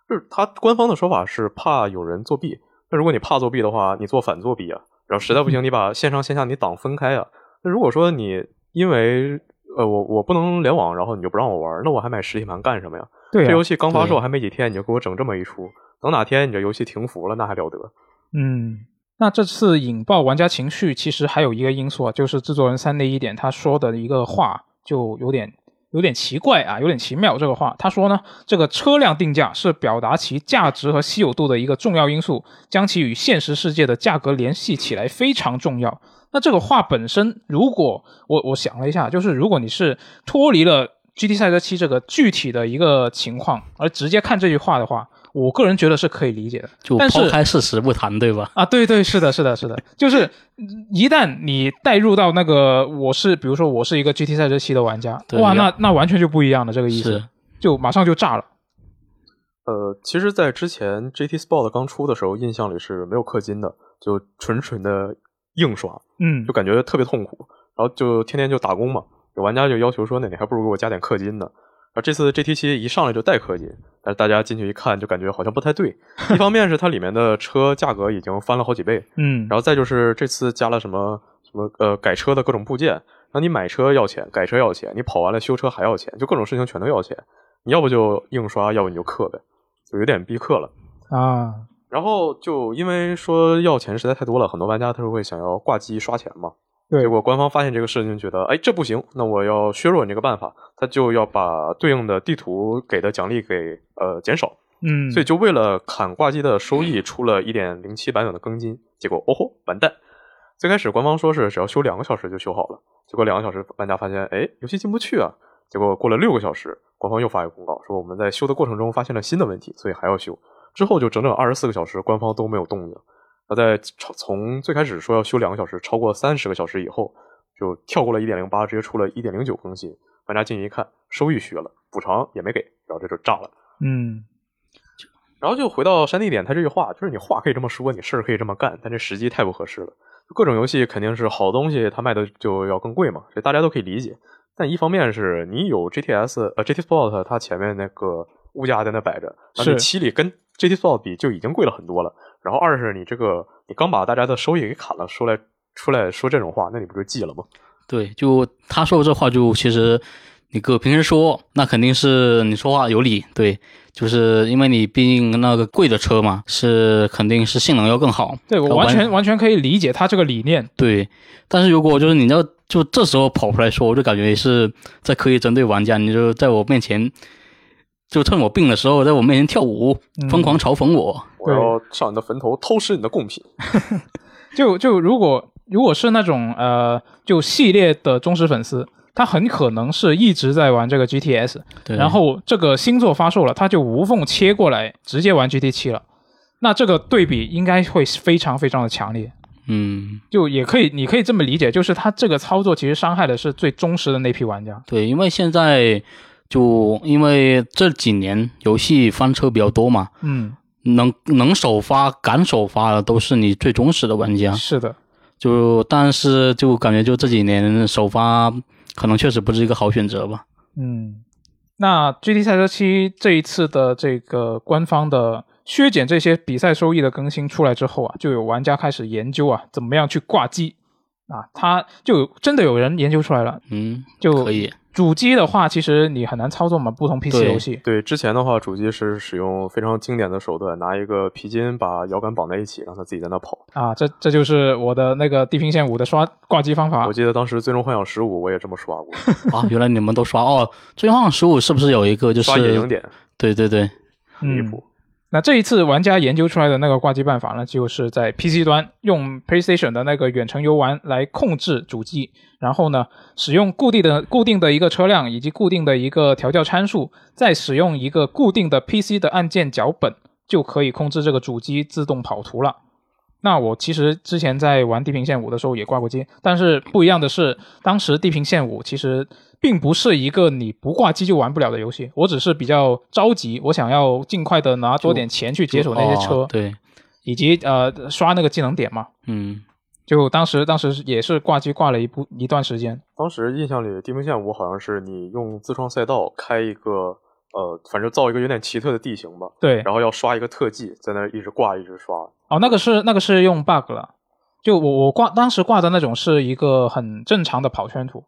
Speaker 3: 就是它官方的说法是怕有人作弊，那如果你怕作弊的话，你做反作弊啊。然后实在不行，你把线上线下你档分开啊。那如果说你因为呃，我我不能联网，然后你就不让我玩，那我还买实体盘干什么呀？
Speaker 1: 对
Speaker 3: 这
Speaker 1: 啊
Speaker 3: 游，戏刚发售
Speaker 2: 对
Speaker 3: 还没几天，你就给我整这么一出，等哪天你这游戏停服了，那还了得？
Speaker 1: 嗯，那这次引爆玩家情绪，其实还有一个因素啊，就是制作人三 D 一点他说的一个话，就有点有点奇怪啊，有点奇妙。这个话他说呢，这个车辆定价是表达其价值和稀有度的一个重要因素，将其与现实世界的价格联系起来非常重要。那这个话本身，如果我我想了一下，就是如果你是脱离了 GT 赛车七这个具体的一个情况，而直接看这句话的话，我个人觉得是可以理解的。
Speaker 2: 就
Speaker 1: 但是
Speaker 2: 抛开事实不谈，对吧？
Speaker 1: 啊，对对，是的，是的，是的，就是嗯一旦你带入到那个我是，比如说我是一个 GT 赛车七的玩家，
Speaker 2: 对
Speaker 1: 哇，
Speaker 2: 你要
Speaker 1: 那那完全就不一样了，这个意思
Speaker 2: 是，
Speaker 1: 就马上就炸了。
Speaker 3: 呃，其实，在之前 GT Sport 刚出的时候，印象里是没有氪金的，就纯纯的硬刷，
Speaker 1: 嗯
Speaker 3: 就，感觉特别痛苦，然后就天天就打工嘛。有玩家就要求说，那你还不如给我加点氪金呢。而这次 GT 七一上来就带氪金，但是大家进去一看，就感觉好像不太对。一方面是它里面的车价格已经翻了好几倍，
Speaker 1: 嗯，
Speaker 3: 然后再就是这次加了什么什么呃改车的各种部件，让你买车要钱，改车要钱，你跑完了修车还要钱，就各种事情全都要钱。你要不就硬刷，要不你就氪呗，就有点逼氪了。
Speaker 1: 啊，
Speaker 3: 然后就因为说要钱实在太多了，很多玩家他是会想要挂机刷钱嘛。
Speaker 1: 对
Speaker 3: 结果官方发现这个事情，觉得哎这不行，那我要削弱你这个办法，他就要把对应的地图给的奖励给呃减少，
Speaker 1: 嗯，
Speaker 3: 所以就为了砍挂机的收益，出了一点零七版本的更新，结果哦吼，完蛋！最开始官方说是只要修两个小时就修好了，结果两个小时玩家发现，哎，游戏进不去啊！结果过了六个小时，官方又发一个公告说我们在修的过程中发现了新的问题，所以还要修。之后就整整二十四个小时，官方都没有动静。那在超从最开始说要修两个小时，超过三十个小时以后，就跳过了一点零八，直接出了一点零九更新。玩家进去一看，收益削了，补偿也没给，然后这就炸了。
Speaker 1: 嗯，
Speaker 3: 然后就回到山地点，他这句话就是你话可以这么说，你事儿可以这么干，但这时机太不合适了。就各种游戏肯定是好东西，它卖的就要更贵嘛，所以大家都可以理解。但一方面是你有 GTS 呃 GT Sport，它前面那个物价在那摆着，那
Speaker 1: 是
Speaker 3: 你七里跟 GT Sport 比就已经贵了很多了。然后二是你这个你刚把大家的收益给砍了，说来出来说这种话，那你不就记了吗？
Speaker 2: 对，就他说这话，就其实你搁平时说，那肯定是你说话有理，对，就是因为你毕竟那个贵的车嘛，是肯定是性能要更好，
Speaker 1: 对我
Speaker 2: 它
Speaker 1: 完全完全可以理解他这个理念。
Speaker 2: 对。但是如果就是你要就这时候跑出来说，我就感觉也是在刻意针对玩家，你就在我面前。就趁我病的时候，在我面前跳舞，
Speaker 1: 嗯
Speaker 2: 疯狂嘲讽我。
Speaker 3: 我要上你的坟头偷吃你的贡品，
Speaker 1: 就就如果如果是那种呃，就系列的忠实粉丝，他很可能是一直在玩这个 GTS，
Speaker 2: 对，
Speaker 1: 然后这个新作发售了，他就无缝切过来直接玩 GT 七了。那这个对比应该会非常非常的强烈，
Speaker 2: 嗯，
Speaker 1: 就也可以，你可以这么理解，就是他这个操作其实伤害的是最忠实的那批玩家。
Speaker 2: 对，因为现在就因为这几年游戏翻车比较多嘛，
Speaker 1: 嗯，
Speaker 2: 能能首发、敢首发的都是你最忠实的玩家。
Speaker 1: 是的，
Speaker 2: 就但是就感觉就这几年首发可能确实不是一个好选择吧。
Speaker 1: 嗯。那 GT 赛车七这一次的这个官方的削减这些比赛收益的更新出来之后啊，就有玩家开始研究啊，怎么样去挂机啊，他就有真的有人研究出来了，
Speaker 2: 嗯，
Speaker 1: 就
Speaker 2: 可以。
Speaker 1: 主机的话，其实你很难操作嘛，不同 PC
Speaker 2: 对
Speaker 1: 游戏。
Speaker 3: 对，之前的话，主机是使用非常经典的手段，拿一个皮筋把摇杆绑在一起，让它自己在那跑。
Speaker 1: 啊，这这就是我的那个《地平线五》的刷挂机方法
Speaker 3: 我。记得当时《最终幻想十五》我也这么刷过，
Speaker 2: 啊，原来你们都刷哦！最终幻想十五是不是有一个 就是嗯
Speaker 3: 刷野营点，
Speaker 2: 对对对，
Speaker 3: 很离谱。
Speaker 1: 那这一次玩家研究出来的那个挂机办法呢，就是在 PC 端用 PlayStation 的那个远程游玩来控制主机，然后呢，使用固定的固定的一个车辆以及固定的一个调教参数，再使用一个固定的 PC 的按键脚本，就可以控制这个主机自动跑图了。那我其实之前在玩《地平线五》的时候也挂过机，但是不一样的是，当时《地平线五》其实并不是一个你不挂机就玩不了的游戏，我只是比较着急，我想要尽快的拿多点钱去解锁那些车，
Speaker 2: 哦对，
Speaker 1: 以及呃刷那个技能点嘛。
Speaker 2: 嗯，
Speaker 1: 就当时当时也是挂机挂了一部一段时间，
Speaker 3: 当时印象里，《地平线五》好像是你用自创赛道开一个呃，反正造一个有点奇特的地形吧，
Speaker 1: 对，
Speaker 3: 然后要刷一个特技，在那一直挂一直刷。
Speaker 1: 哦，那个是那个是用 bug 了，就我我挂当时挂的那种是一个很正常的跑圈图，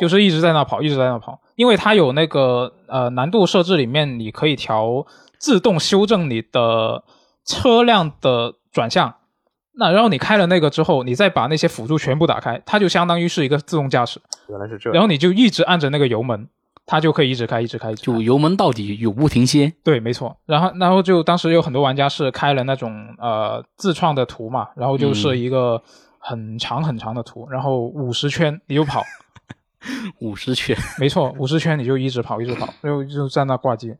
Speaker 1: 就是一直在那跑，一直在那跑，因为它有那个呃难度设置里面，你可以调自动修正你的车辆的转向。那然后你开了那个之后，你再把那些辅助全部打开，它就相当于是一个自动驾驶，
Speaker 3: 原来是这
Speaker 1: 然
Speaker 3: 样。
Speaker 1: 后你就一直按着那个油门，它就可以一直开，一直开，一直开
Speaker 2: 就油门到底，永不停歇。
Speaker 1: 对，没错。然后，然后就当时有很多玩家是开了那种呃自创的图嘛，然后
Speaker 2: 嗯
Speaker 1: 就是一个很长很长的图，然后五十圈你就 跑，
Speaker 2: 五十圈，
Speaker 1: 没错，五十圈你就一直跑，一直跑，就就在那挂机。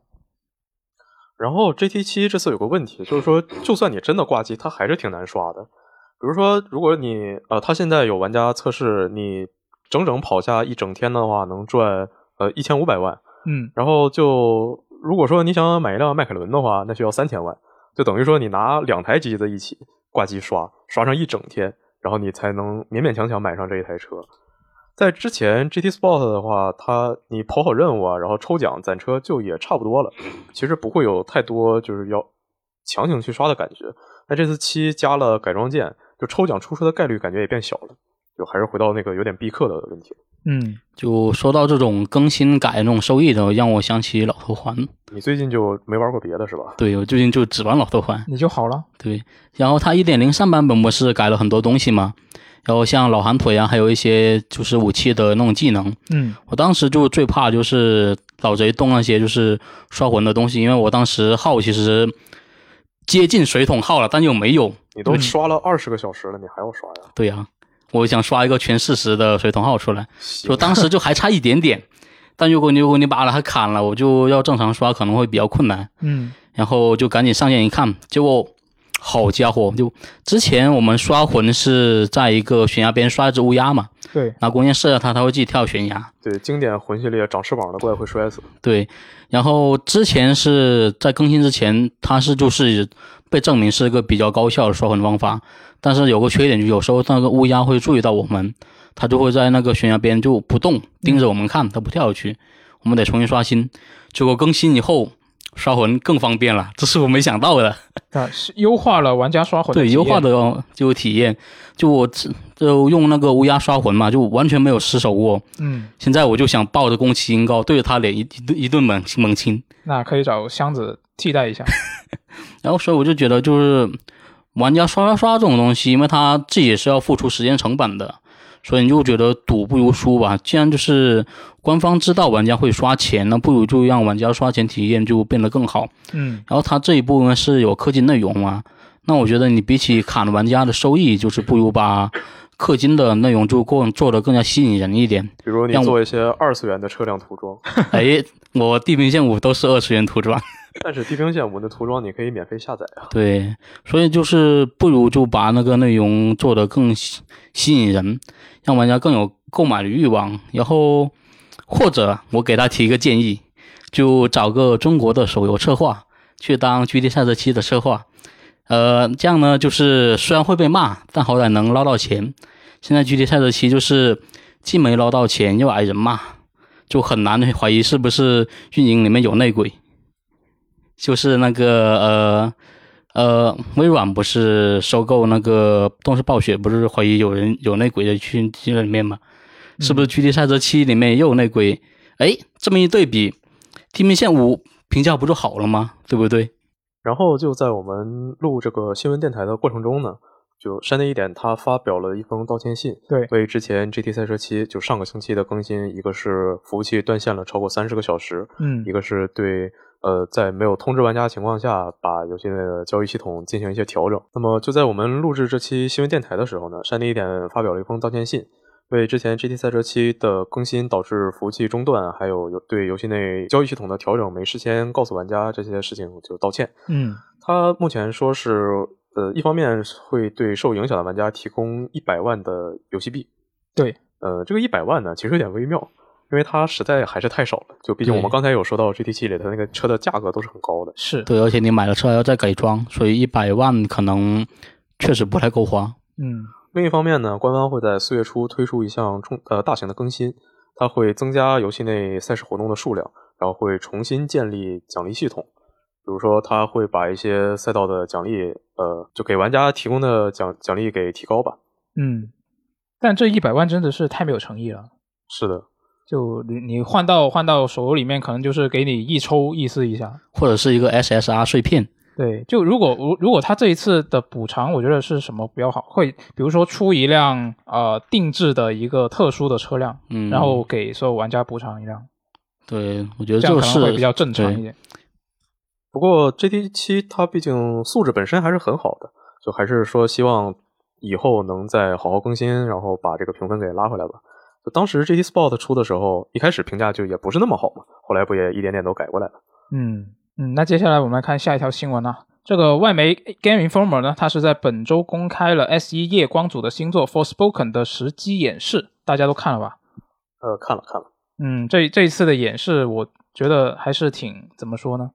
Speaker 3: 然后 GT 七这次有个问题，就是说，就算你真的挂机，它还是挺难刷的。比如说，如果你呃，它现在有玩家测试，你整整跑下一整天的话，能赚呃一千五百万。
Speaker 1: 嗯，
Speaker 3: 然后就如果说你想买一辆迈凯伦的话，那需要三千万，就等于说你拿两台机子一起挂机刷，刷上一整天，然后你才能勉勉强强买上这一台车。在之前 GT Sport 的话，它你跑好任务啊，然后抽奖攒车就也差不多了，其实不会有太多就是要强行去刷的感觉。那这次七加了改装件，就抽奖出车的概率感觉也变小了，就还是回到那个有点避客的问题。
Speaker 1: 嗯，
Speaker 2: 就说到这种更新改那种收益的，让我想起老头环。
Speaker 3: 你最近就没玩过别的是吧？
Speaker 2: 对我最近就只玩老头环。
Speaker 1: 你就好了。
Speaker 2: 对，然后它一点零上版本不是改了很多东西嘛，然后像老寒腿啊，还有一些就是武器的那种技能。
Speaker 1: 嗯，
Speaker 2: 我当时就最怕就是老贼动那些就是刷魂的东西，因为我当时号其实接近水桶号了，但又没有。
Speaker 3: 你都刷了二十个小时了，你还要刷呀？
Speaker 2: 对呀、我想刷一个全四十的水桶号出来，
Speaker 3: 行
Speaker 2: 就当时就还差一点点。但如果你如果你把它砍了，我就要正常刷可能会比较困难。
Speaker 1: 嗯，
Speaker 2: 然后就赶紧上线一看，结果好家伙，就之前我们刷魂是在一个悬崖边刷一只乌鸦嘛，
Speaker 1: 对，
Speaker 2: 拿弓箭射了它，它会自己跳悬崖。
Speaker 3: 对，经典魂系列长翅膀的怪会摔死。
Speaker 2: 对，然后之前是在更新之前，它是就是被证明是一个比较高效的刷魂方法，但是有个缺点，就有时候那个乌鸦会注意到我们，它就会在那个悬崖边就不动，盯着我们看，它不跳下去，我们得重新刷新。结果更新以后，刷魂更方便了，这是我没想到的。
Speaker 1: 啊，是优化了玩家刷魂的
Speaker 2: 对
Speaker 1: 体
Speaker 2: 优化
Speaker 1: 验，
Speaker 2: 的就体验，就我只就用那个乌鸦刷魂嘛，就完全没有失手过。
Speaker 1: 嗯，
Speaker 2: 现在我就想抱着宫崎英高对着他脸一一顿一顿猛猛亲，
Speaker 1: 那可以找箱子替代一 下。
Speaker 2: 然后所以我就觉得就是玩家刷刷刷这种东西，因为他自己也是要付出时间成本的，所以你就觉得赌不如输吧。既然就是官方知道玩家会刷钱，那不如就让玩家刷钱体验就变得更好。
Speaker 1: 嗯，
Speaker 2: 然后它这一部分是有氪金内容嘛？那我觉得你比起砍玩家的收益，就是不如把氪金的内容就更做得更加吸引人一点。
Speaker 3: 比如你
Speaker 2: 让我
Speaker 3: 做一些二次元的车辆涂装，
Speaker 2: 哎，我地平线五都是二次元涂装，
Speaker 3: 但是地平线我们的涂装你可以免费下载啊。
Speaker 2: 对，所以就是不如就把那个内容做得更吸吸引人，让玩家更有购买的欲望。然后或者我给他提一个建议，就找个中国的手游策划去当《GT 赛车七》的策划，呃，这样呢就是虽然会被骂，但好歹能捞到钱。现在《GT 赛车七》就是既没捞到钱，又挨人骂，就很难怀疑是不是运营里面有内鬼。就是那个呃呃，微软不是收购那个动视暴雪，不是怀疑有人有内鬼的去进了里面吗？是不是《狙击赛车七》里面也有内鬼？哎，这么一对比，《地平线五》评价不就好了吗？对不对？
Speaker 3: 然后就在我们录这个新闻电台的过程中呢，就山内一点他发表了一封道歉信，
Speaker 1: 对
Speaker 3: 为之前 GT 赛车七就上个星期的更新，一个是服务器断线了超过三十个小时，
Speaker 1: 嗯
Speaker 3: 一，个是对呃在没有通知玩家的情况下，把游戏内的交易系统进行一些调整。那么就在我们录制这期新闻电台的时候呢，山里一点发表了一封道歉信，为之前 GT 赛车七的更新导致服务器中断，还有有对游戏内交易系统的调整没事先告诉玩家这些事情就道歉。
Speaker 1: 嗯，
Speaker 3: 他目前说是。呃，一方面会对受影响的玩家提供一百万的游戏币，
Speaker 1: 对，
Speaker 3: 呃，这个一百万呢，其实有点微妙，因为它实在还是太少了。就毕竟我们
Speaker 2: 对
Speaker 3: 刚才有说到 GT 系列它那个车的价格都是很高的，
Speaker 1: 是，
Speaker 2: 对，而且你买了车还要再改装，所以一百万可能确实不太够花。
Speaker 1: 嗯，
Speaker 3: 另一方面呢，官方会在四月初推出一项重呃大型的更新，它会增加游戏内赛事活动的数量，然后会重新建立奖励系统。比如说，它会把一些赛道的奖励，呃，就给玩家提供的奖奖励给提高吧。
Speaker 1: 嗯，但这一百万真的是太没有诚意了。
Speaker 3: 是的，
Speaker 1: 就你你换到换到手游里面，可能就是给你一抽意思一下。
Speaker 2: 或者是一个 SSR 碎片，
Speaker 1: 对，就如果如如果他这一次的补偿，我觉得是什么比较好？会比如说出一辆呃定制的一个特殊的车辆，
Speaker 2: 嗯，
Speaker 1: 然后给所有玩家补偿一辆，
Speaker 2: 对我觉得
Speaker 1: 这样
Speaker 2: 就
Speaker 1: 可能会
Speaker 2: 是
Speaker 1: 比较正常一点。
Speaker 3: 不过 GT 七它毕竟素质本身还是很好的，就还是说希望以后能再好好更新，然后把这个评分给拉回来吧。就当时 GT Sport 出的时候，一开始评价就也不是那么好嘛，后来不也一点点都改过来了。
Speaker 1: 嗯嗯，那接下来我们来看下一条新闻啊。这个外媒 Game Informer 呢，它是在本周公开了 S 一夜光组的新作《Forspoken》的实机演示，大家都看了吧？
Speaker 3: 呃，看了看了，
Speaker 1: 嗯，这这一次的演示，我觉得还是挺怎么说呢？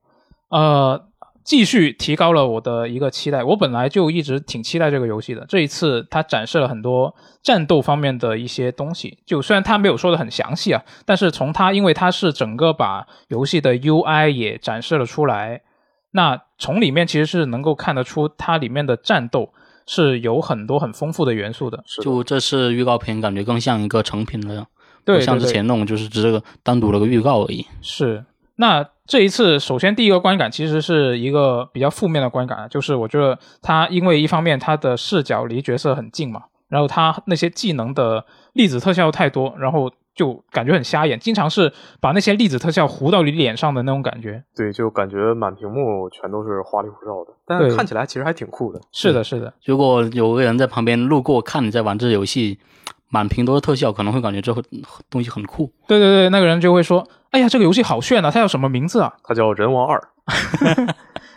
Speaker 1: 呃，继续提高了我的一个期待。我本来就一直挺期待这个游戏的，这一次它展示了很多战斗方面的一些东西。就虽然它没有说的很详细啊，但是从它，因为它是整个把游戏的 UI 也展示了出来，那从里面其实是能够看得出它里面的战斗是有很多很丰富的元素的。
Speaker 3: 是的
Speaker 2: 就这次预告片感觉更像一个成品了，
Speaker 1: 对，
Speaker 2: 不像
Speaker 1: 对
Speaker 2: 之
Speaker 1: 对
Speaker 2: 前那种就是只是个单独的个预告而已。
Speaker 1: 是，那这一次，首先第一个观感其实是一个比较负面的观感啊，就是我觉得它因为一方面它的视角离角色很近嘛，然后它那些技能的粒子特效太多，然后就感觉很瞎眼，经常是把那些粒子特效糊到你脸上的那种感觉。
Speaker 3: 对，就感觉满屏幕全都是花里胡哨的，但
Speaker 1: 对
Speaker 3: 看起来其实还挺酷的。
Speaker 1: 是的，是的，
Speaker 2: 如果有个人在旁边路过看你在玩这游戏，满屏都是特效，可能会感觉这会东西很酷。
Speaker 1: 对对对，那个人就会说：“哎呀，这个游戏好炫啊，它叫什么名字啊
Speaker 3: 它叫《人王二》？”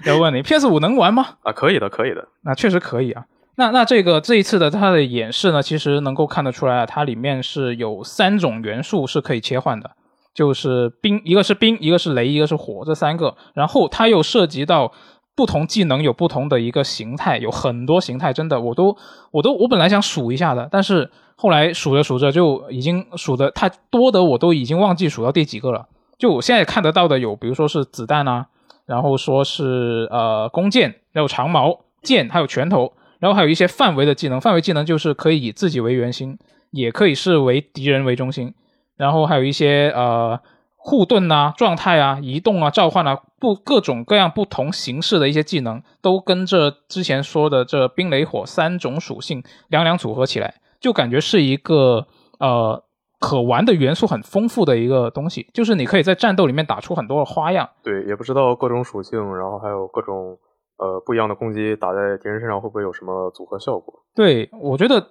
Speaker 1: 要问你 PS 五能玩吗？
Speaker 3: 啊，可以的，可以的。
Speaker 1: 那确实可以啊。那那这个这一次的它的演示呢，其实能够看得出来啊，它里面是有三种元素是可以切换的，就是冰，一个是冰，一个是雷，一个是火，这三个。然后它又涉及到不同技能有不同的一个形态，有很多形态，真的我都我都我本来想数一下的，但是后来数着数着就已经数的太多的我都已经忘记数到第几个了。就我现在看得到的有，比如说是子弹啊，然后说是呃弓箭，然后长矛、剑，还有拳头，然后还有一些范围的技能。范围技能就是可以以自己为圆心，也可以视为敌人为中心。然后还有一些呃护盾啊、状态啊、移动啊、召唤啊，不各种各样不同形式的一些技能，都跟这之前说的这冰雷火三种属性两两组合起来，就感觉是一个呃。可玩的元素很丰富的一个东西，就是你可以在战斗里面打出很多的花样，
Speaker 3: 对，也不知道各种属性，然后还有各种呃不一样的攻击打在敌人身上会不会有什么组合效果？
Speaker 1: 对，我觉得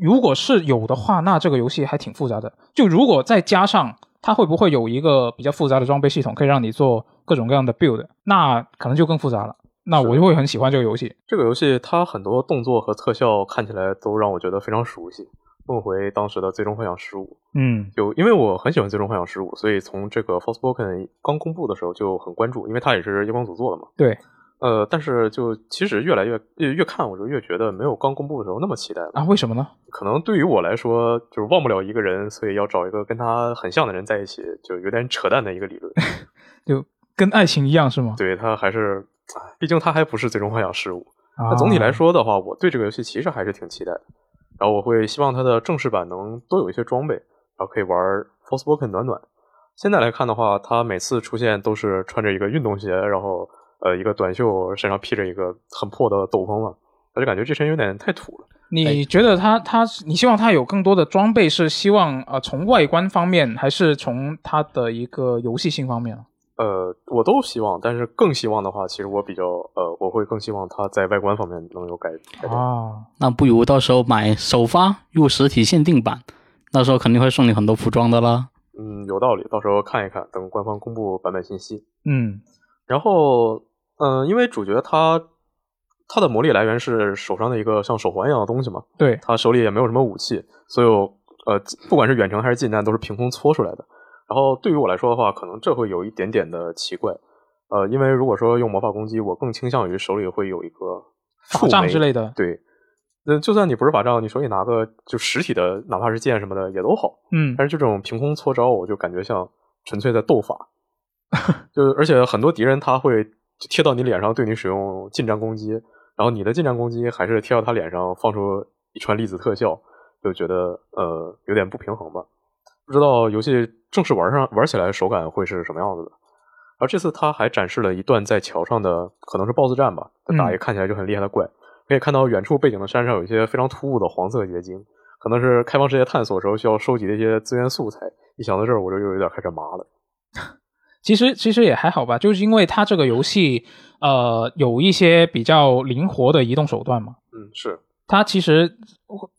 Speaker 1: 如果是有的话，那这个游戏还挺复杂的。就如果再加上它会不会有一个比较复杂的装备系统，可以让你做各种各样的 build，那可能就更复杂了。那我就会很喜欢这个游戏。
Speaker 3: 这个游戏它很多动作和特效看起来都让我觉得非常熟悉，梦回当时的《最终幻想十五》。
Speaker 1: 嗯，
Speaker 3: 就因为我很喜欢《最终幻想十五》，所以从这个《Forspoken》刚公布的时候就很关注，因为它也是夜光组做的嘛。
Speaker 1: 对，
Speaker 3: 呃，但是就其实越来越越越看，我就越觉得没有刚公布的时候那么期待了。
Speaker 1: 啊，为什么呢？
Speaker 3: 可能对于我来说，就是忘不了一个人，所以要找一个跟他很像的人在一起，就有点扯淡的一个理论。
Speaker 1: 跟爱情一样是吗？
Speaker 3: 对他还是，唉毕竟他还不是最终幻想十五。
Speaker 1: 啊
Speaker 3: 那总体来，说的话，我对这个游戏其实还是挺期待的。然后我会希望它的正式版能多有一些装备，然后可以玩 Forspoken 暖暖。现在来看的话，它每次出现都是穿着一个运动鞋，然后呃一个短袖，身上披着一个很破的斗篷嘛，我就感觉这身有点太土了。
Speaker 1: 你觉得它它你希望它有更多的装备，是希望呃从外观方面，还是从它的一个游戏性方面啊？
Speaker 3: 呃，我都希望，但是更希望的话，其实我比较呃，我会更希望它在外观方面能有改改变。
Speaker 1: 啊，
Speaker 2: 那不如到时候买首发入实体限定版，那时候肯定会送你很多服装的啦。
Speaker 3: 嗯，有道理，到时候看一看，等官方公布版本信息。
Speaker 1: 嗯，
Speaker 3: 然后，嗯、因为主角他他的魔力来源是手上的一个像手环一样的东西嘛，
Speaker 1: 对，
Speaker 3: 他手里也没有什么武器，所以我呃，不管是远程还是近战，都是凭空搓出来的。然后对于我来说的话，可能这会有一点点的奇怪，呃，因为如果说用魔法攻击，我更倾向于手里会有一个
Speaker 1: 法
Speaker 3: 触
Speaker 1: 杖
Speaker 3: 媒
Speaker 1: 之类的，
Speaker 3: 对，那就算你不是法杖，你手里拿个就实体的，哪怕是剑什么的也都好。
Speaker 1: 嗯，
Speaker 3: 但是这种凭空搓招，我就感觉像纯粹在斗法， 就是而且很多敌人他会贴到你脸上对你使用近战攻击，然后你的近战攻击还是贴到他脸上放出一串粒子特效，就觉得呃有点不平衡吧。不知道游戏正式玩上玩起来手感会是什么样子的。而这次他还展示了一段在桥上的可能是 BOSS 战吧，他打一个看起来就很厉害的怪，可以看到远处背景的山上有一些非常突兀的黄色结晶，可能是开放世界探索时候需要收集的一些资源素材。一想到这儿，我就又有点开始麻了。
Speaker 1: 其实其实也还好吧，就是因为它这个游戏呃有一些比较灵活的移动手段嘛。
Speaker 3: 嗯，是，
Speaker 1: 它其实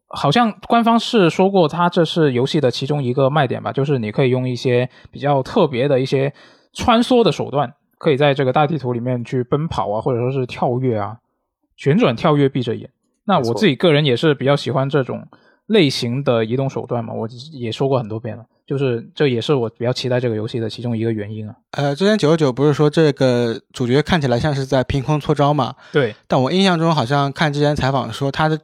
Speaker 1: 好像官方是说过，它这是游戏的其中一个卖点吧，就是你可以用一些比较特别的一些穿梭的手段，可以在这个大地图里面去奔跑啊，或者说是跳跃啊，旋转跳跃，闭着眼。那
Speaker 3: 没错
Speaker 1: 我自己个人也是比较喜欢这种类型的移动手段嘛，我也说过很多遍了，就是这也是我比较期待这个游戏的其中一个原因啊。
Speaker 4: 呃，之前九十九不是说这个主角看起来像是在凭空搓招嘛？
Speaker 1: 对，
Speaker 4: 但我印象中好像看之前采访说他的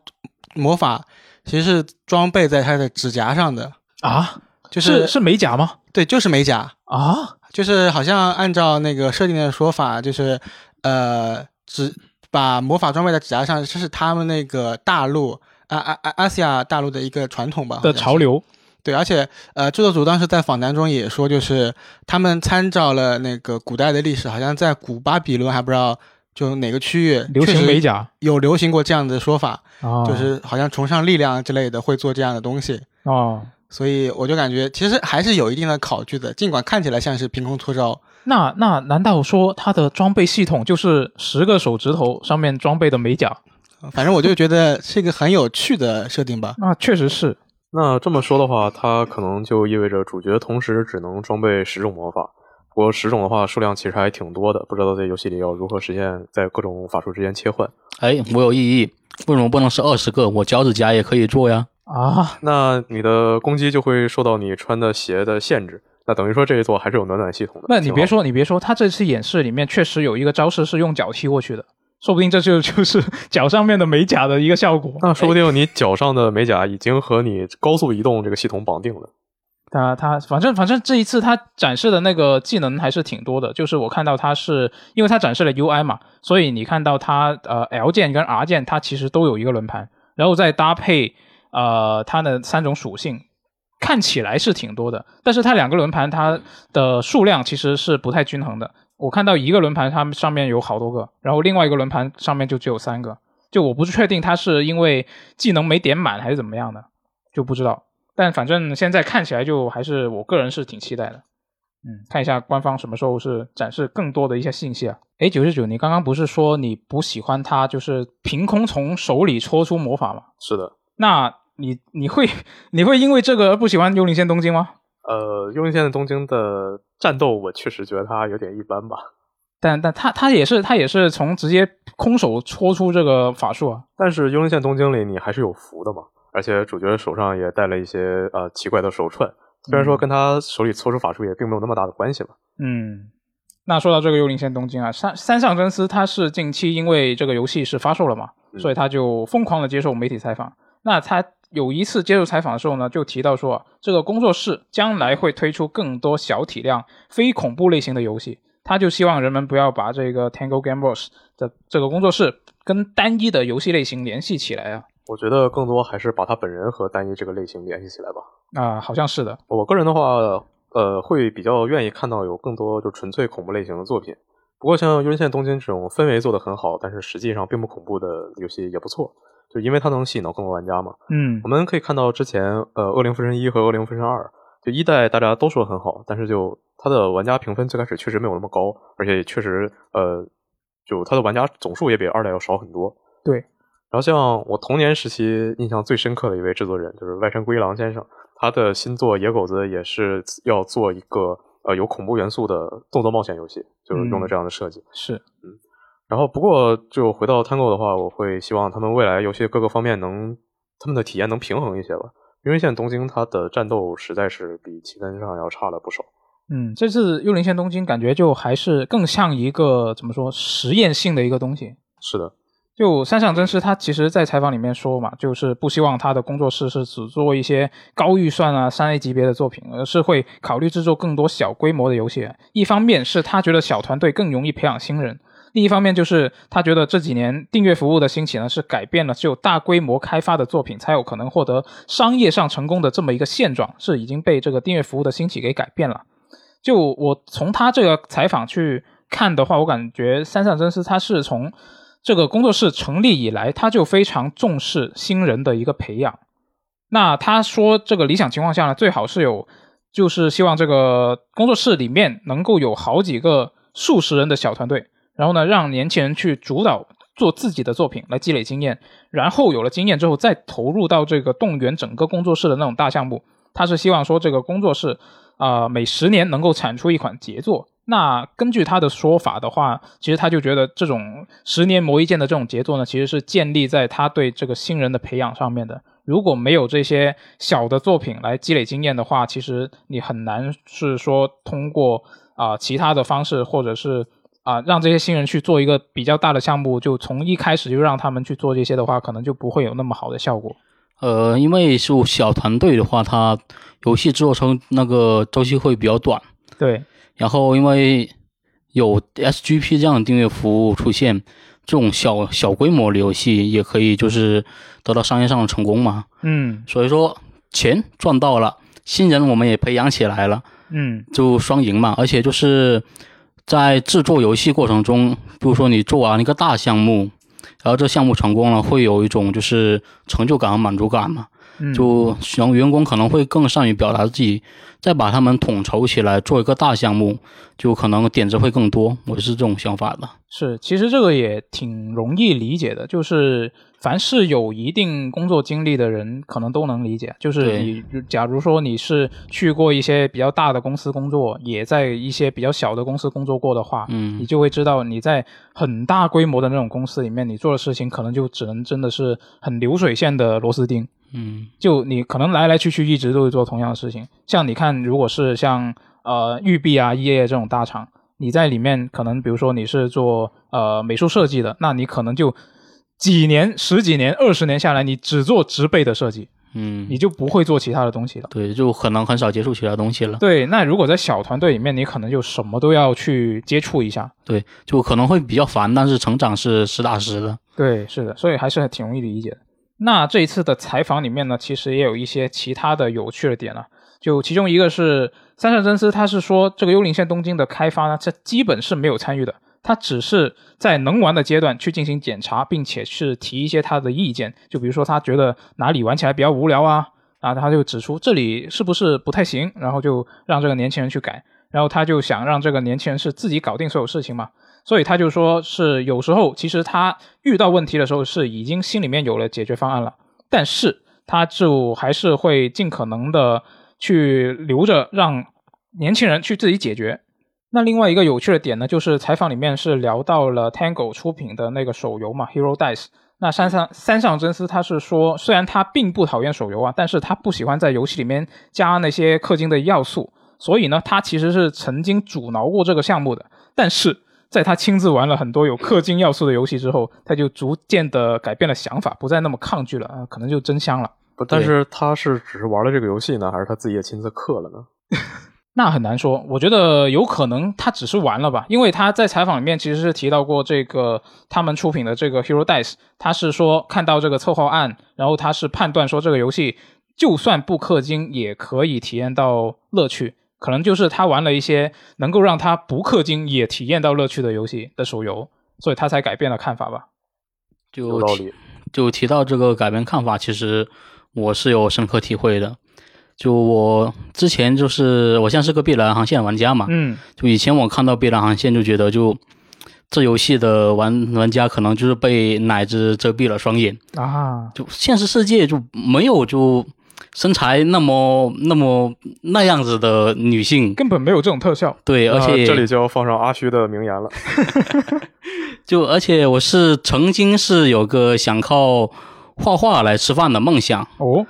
Speaker 4: 魔法其实是装备在他的指甲上的，
Speaker 1: 啊，
Speaker 4: 就是
Speaker 1: 是美甲吗？
Speaker 4: 对，就是美甲。
Speaker 1: 啊，
Speaker 4: 就是好像按照那个设定的说法，就是呃，指把魔法装备在指甲上，这是他们那个大陆啊啊啊阿西亚大陆的一个传统吧
Speaker 1: 的潮。流
Speaker 4: 对，而且呃，制作组当时在访谈中也说，就是他们参照了那个古代的历史，好像在古巴比伦还不知道就哪个区域
Speaker 1: 流行美甲
Speaker 4: 有流行过这样的说法，
Speaker 1: 啊，
Speaker 4: 就是好像崇尚力量之类的会做这样的东西。
Speaker 1: 哦，
Speaker 4: 所以我就感觉其实还是有一定的考据的，尽管看起来像是凭空搓招，
Speaker 1: 那那难道说它的装备系统就是十个手指头上面装备的美甲？
Speaker 4: 反正我就觉得是一个很有趣的设定吧。
Speaker 1: 那确实是
Speaker 3: 那这么说的话，它可能就意味着主角同时只能装备十种魔法。不过十种的话，数量其实还挺多的，不知道在游戏里要如何实现在各种法术之间切换。
Speaker 2: 哎，我有异议，为什么不能是二十个？我脚趾甲也可以做呀。
Speaker 1: 啊，
Speaker 3: 那你的攻击就会受到你穿的鞋的限制。那等于说这一座还是有暖暖系统的。
Speaker 1: 那你别
Speaker 3: 挺好，
Speaker 1: 说，你别说，它这次演示里面确实有一个招式是用脚踢过去的，说不定这就就是 脚上面的美甲的一个效果。
Speaker 3: 那说不定你脚上的美甲已经和你高速移动这个系统绑定了。
Speaker 1: 它它反正反正这一次它展示的那个技能还是挺多的，就是我看到它是因为它展示了 UI 嘛，所以你看到它呃 L 键跟 R 键它其实都有一个轮盘，然后再搭配呃它的三种属性，看起来是挺多的，但是它两个轮盘它的数量其实是不太均衡的。我看到一个轮盘它上面有好多个，然后另外一个轮盘上面就只有三个，就我不确定它是因为技能没点满还是怎么样的，就不知道。但反正现在看起来就还是我个人是挺期待的。嗯，看一下官方什么时候是展示更多的一些信息啊。哎，九十九，你刚刚不是说你不喜欢它就是凭空从手里搓出魔法吗？
Speaker 3: 是的，
Speaker 1: 那你你会你会因为这个而不喜欢《幽灵线：东京》吗？
Speaker 3: 呃，幽灵线的东京的战斗，我确实觉得它有点一般吧。
Speaker 1: 但但他他也是他也是从直接空手搓出这个法术啊。
Speaker 3: 但是幽灵线东京里你还是有符的嘛，而且主角手上也带了一些呃奇怪的手串，虽然说跟他手里搓出法术也并没有那么大的关系吧。
Speaker 1: 嗯，那说到这个《幽灵线：东京》啊，三三上真司他是近期因为这个游戏是发售了嘛，
Speaker 3: 嗯
Speaker 1: 所以他就疯狂的接受媒体采访。那他有一次接受采访的时候呢，就提到说啊，这个工作室将来会推出更多小体量非恐怖类型的游戏，他就希望人们不要把这个 Tango Gameworks 的这个工作室跟单一的游戏类型联系起来啊。
Speaker 3: 我觉得更多还是把他本人和单一这个类型联系起来吧。
Speaker 1: 啊、好像是的，
Speaker 3: 我个人的话，呃，会比较愿意看到有更多就纯粹恐怖类型的作品。不过像《幽灵线：东京》这种氛围做得很好，但是实际上并不恐怖的游戏也不错，就因为它能吸引到更多玩家嘛。
Speaker 1: 嗯
Speaker 3: 我，们可以看到之前呃，《恶灵附身一》和《恶灵附身二》，就一代大家都说很好，但是就它的玩家评分最开始确实没有那么高，而且确实呃，就它的玩家总数也比二代要少很多。
Speaker 1: 对
Speaker 3: 然后像我童年时期印象最深刻的一位制作人就是外山圭一郎先生，他的新作《野狗子》也是要做一个呃有恐怖元素的动作冒险游戏，就是
Speaker 1: 嗯
Speaker 3: 用了这样的设计。
Speaker 1: 是，
Speaker 3: 然后不过就回到 Tango 的话，我会希望他们未来游戏各个方面能他们的体验能平衡一些吧。因为现在东京它的战斗实在是比七分上要差了不少。
Speaker 1: 嗯，这次《幽灵线：东京》感觉就还是更像一个怎么说实验性的一个东西。
Speaker 3: 是的，
Speaker 1: 就山上真司他其实在采访里面说嘛，就是不希望他的工作室是只做一些高预算啊、三 A 级别的作品，而是会考虑制作更多小规模的游戏。一方面是他觉得小团队更容易培养新人，另一方面就是他觉得这几年订阅服务的兴起呢，是改变了只有大规模开发的作品才有可能获得商业上成功的这么一个现状，是已经被这个订阅服务的兴起给改变了。就我从他这个采访去看的话，我感觉三上真司他是从这个工作室成立以来，他就非常重视新人的一个培养。那他说这个理想情况下呢，最好是有，就是希望这个工作室里面能够有好几个数十人的小团队，然后呢，让年轻人去主导做自己的作品来积累经验，然后有了经验之后再投入到这个动员整个工作室的那种大项目。他是希望说这个工作室啊、呃每十年能够产出一款杰作。那根据他的说法的话，其实他就觉得这种十年磨一剑的这种杰作呢，其实是建立在他对这个新人的培养上面的。如果没有这些小的作品来积累经验的话，其实你很难是说通过啊、其他的方式，或者是啊、让这些新人去做一个比较大的项目，就从一开始就让他们去做这些的话，可能就不会有那么好的效果。
Speaker 2: 呃，因为是小团队的话，它游戏制作成那个周期会比较短，
Speaker 1: 对，
Speaker 2: 然后因为有 SGP 这样的订阅服务出现，这种小小规模的游戏也可以就是得到商业上的成功嘛。
Speaker 1: 嗯
Speaker 2: 所以说钱赚到了，新人我们也培养起来了，
Speaker 1: 嗯
Speaker 2: 就双赢嘛。而且就是在制作游戏过程中，比如说你做完一个大项目，然后这项目成功了，会有一种就是成就感和满足感嘛。
Speaker 1: 嗯，
Speaker 2: 就让员工可能会更善于表达自己，再把他们统筹起来做一个大项目，就可能点子会更多。我是这种想法的。
Speaker 1: 是，其实这个也挺容易理解的，就是凡是有一定工作经历的人，可能都能理解。就是
Speaker 2: 对
Speaker 1: 你，假如说你是去过一些比较大的公司工作，也在一些比较小的公司工作过的话，
Speaker 2: 嗯
Speaker 1: 你就会知道你在很大规模的那种公司里面，你做的事情可能就只能真的是很流水线的螺丝钉。
Speaker 2: 嗯，
Speaker 1: 就你可能来来去去一直都会做同样的事情。像你看，如果是像呃育碧啊、EA 这种大厂，你在里面可能比如说你是做呃美术设计的，那你可能就几年、十几年、二十年下来，你只做植被的设计，
Speaker 2: 嗯
Speaker 1: 你，就不会做其他的东西了。
Speaker 2: 对，就可能很少接触其他东西了。
Speaker 1: 对，那如果在小团队里面，你可能就什么都要去接触一下。
Speaker 2: 对，就可能会比较烦，但是成长是实打实的。
Speaker 1: 对，是的，所以还是挺容易理解的。那这一次的采访里面呢，其实也有一些其他的有趣的点啊。就其中一个是三上真司，他是说这个《幽灵线：东京》的开发呢，这基本是没有参与的，他只是在能玩的阶段去进行检查，并且是提一些他的意见，就比如说他觉得哪里玩起来比较无聊啊，啊，他就指出这里是不是不太行，然后就让这个年轻人去改，然后他就想让这个年轻人是自己搞定所有事情嘛，所以他就说是有时候其实他遇到问题的时候是已经心里面有了解决方案了，但是他就还是会尽可能的去留着让年轻人去自己解决。那另外一个有趣的点呢，就是采访里面是聊到了 Tango 出品的那个手游嘛，《Hero Dice》。那山上山上真司他是说，虽然他并不讨厌手游啊，但是他不喜欢在游戏里面加那些氪金的要素，所以呢，他其实是曾经阻挠过这个项目的。但是在他亲自玩了很多有氪金要素的游戏之后，他就逐渐的改变了想法，不再那么抗拒了啊，可能就真香了。
Speaker 3: 不，但
Speaker 2: 对
Speaker 3: 是他是只是玩了这个游戏呢，还是他自己也亲自氪了呢？
Speaker 1: 那很难说，我觉得有可能他只是玩了吧，因为他在采访里面其实是提到过这个他们出品的这个 Hero Dice，他是说看到这个策划案，然后他是判断说这个游戏就算不氪金也可以体验到乐趣，可能就是他玩了一些能够让他不氪金也体验到乐趣的游戏的手游，所以他才改变了看法吧。
Speaker 2: 就
Speaker 3: 有道
Speaker 2: 提
Speaker 3: 理。
Speaker 2: 就提到这个改变看法，其实我是有深刻体会的。就我之前就是我现在是个碧蓝航线玩家嘛，
Speaker 1: 嗯，
Speaker 2: 就以前我看到《碧蓝航线》就觉得就。这游戏的玩玩家可能就是被奶子遮蔽了双眼，
Speaker 1: 啊，
Speaker 2: 就现实世界就没有就身材那么那么那样子的女性，
Speaker 1: 根本没有这种特效。
Speaker 2: 对，而且
Speaker 3: 啊那这里就要放上阿虚的名言了。
Speaker 2: 就而且我是曾经是有个想靠画画来吃饭的梦想，
Speaker 1: 哦，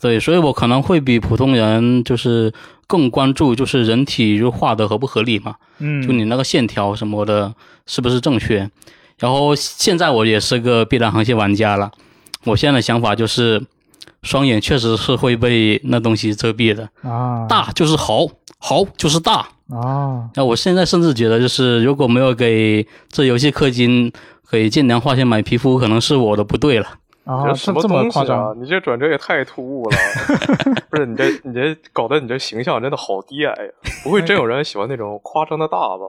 Speaker 2: 对，所以我可能会比普通人就是更关注就是人体就画的合不合理嘛，
Speaker 1: 嗯，
Speaker 2: 就你那个线条什么的，是不是正确？然后现在我也是个碧蓝航线玩家了，我现在的想法就是，双眼确实是会被那东西遮蔽的，
Speaker 1: 啊，
Speaker 2: 大就是好，好就是大，
Speaker 1: 啊，
Speaker 2: 那我现在甚至觉得，就是如果没有给这游戏氪金，给剑娘花钱买皮肤，可能是我的不对了。
Speaker 1: 啊，
Speaker 3: 这什
Speaker 1: 这
Speaker 3: 么
Speaker 1: 这么
Speaker 3: 东西
Speaker 1: 夸
Speaker 3: 啊
Speaker 1: 张？？
Speaker 3: 你这转折也太突兀了， 不是你这你这搞得你这形象真的好低矮呀！不会真有人喜欢那种夸张的大吧？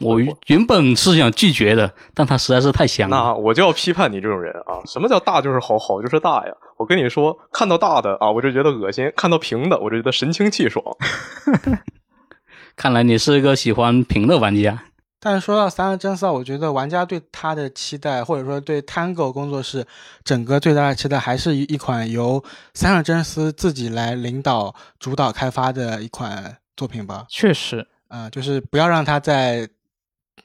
Speaker 2: 我原本是想拒绝的，但它实在是太香了。
Speaker 3: 那我就要批判你这种人啊！什么叫大就是好，好就是大呀！我跟你说，看到大的啊，我就觉得恶心；看到平的，我就觉得神清气爽。
Speaker 2: 看来你是个喜欢平的玩家。
Speaker 4: 但是说到三个真嗣，我觉得玩家对它的期待，或者说对 Tango 工作室整个最大的期待，还是一一款由三个真司自己来领导、主导开发的一款作品吧。
Speaker 1: 确实，
Speaker 4: 嗯，就是不要让他在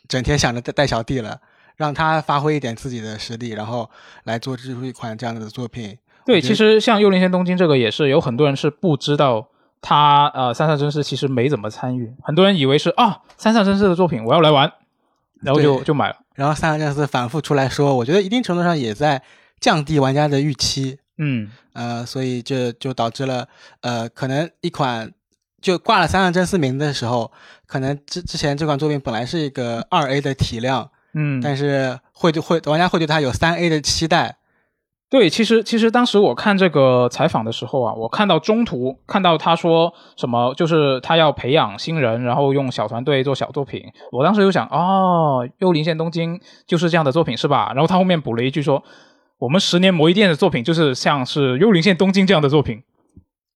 Speaker 4: 整天想着带带小弟了，让他发挥一点自己的实力，然后来做制出一款这样的作品。
Speaker 1: 对，
Speaker 4: 我觉
Speaker 1: 其
Speaker 4: 得
Speaker 1: 实像《幽灵线：东京》这个也是有很多人是不知道他呃三上真司其实没怎么参与，很多人以为是啊三上真司的作品我要来玩，然后就
Speaker 4: 对
Speaker 1: 就买了。
Speaker 4: 然后三个战士反复出来说，我觉得一定程度上也在降低玩家的预期。
Speaker 1: 嗯，
Speaker 4: 呃，所以这就导致了，呃，可能一款就挂了三上真司名的时候，可能之之前这款作品本来是一个二 A 的体量，
Speaker 1: 嗯，
Speaker 4: 但是会对会玩家会对它有三 A 的期待，
Speaker 1: 对，其实其实当时我看这个采访的时候啊，我看到中途看到他说什么，就是他要培养新人，然后用小团队做小作品。我当时就想，哦，《幽灵线：东京》就是这样的作品是吧？然后他后面补了一句说，我们十年磨一剑的作品就是像是《幽灵线：东京》这样的作品。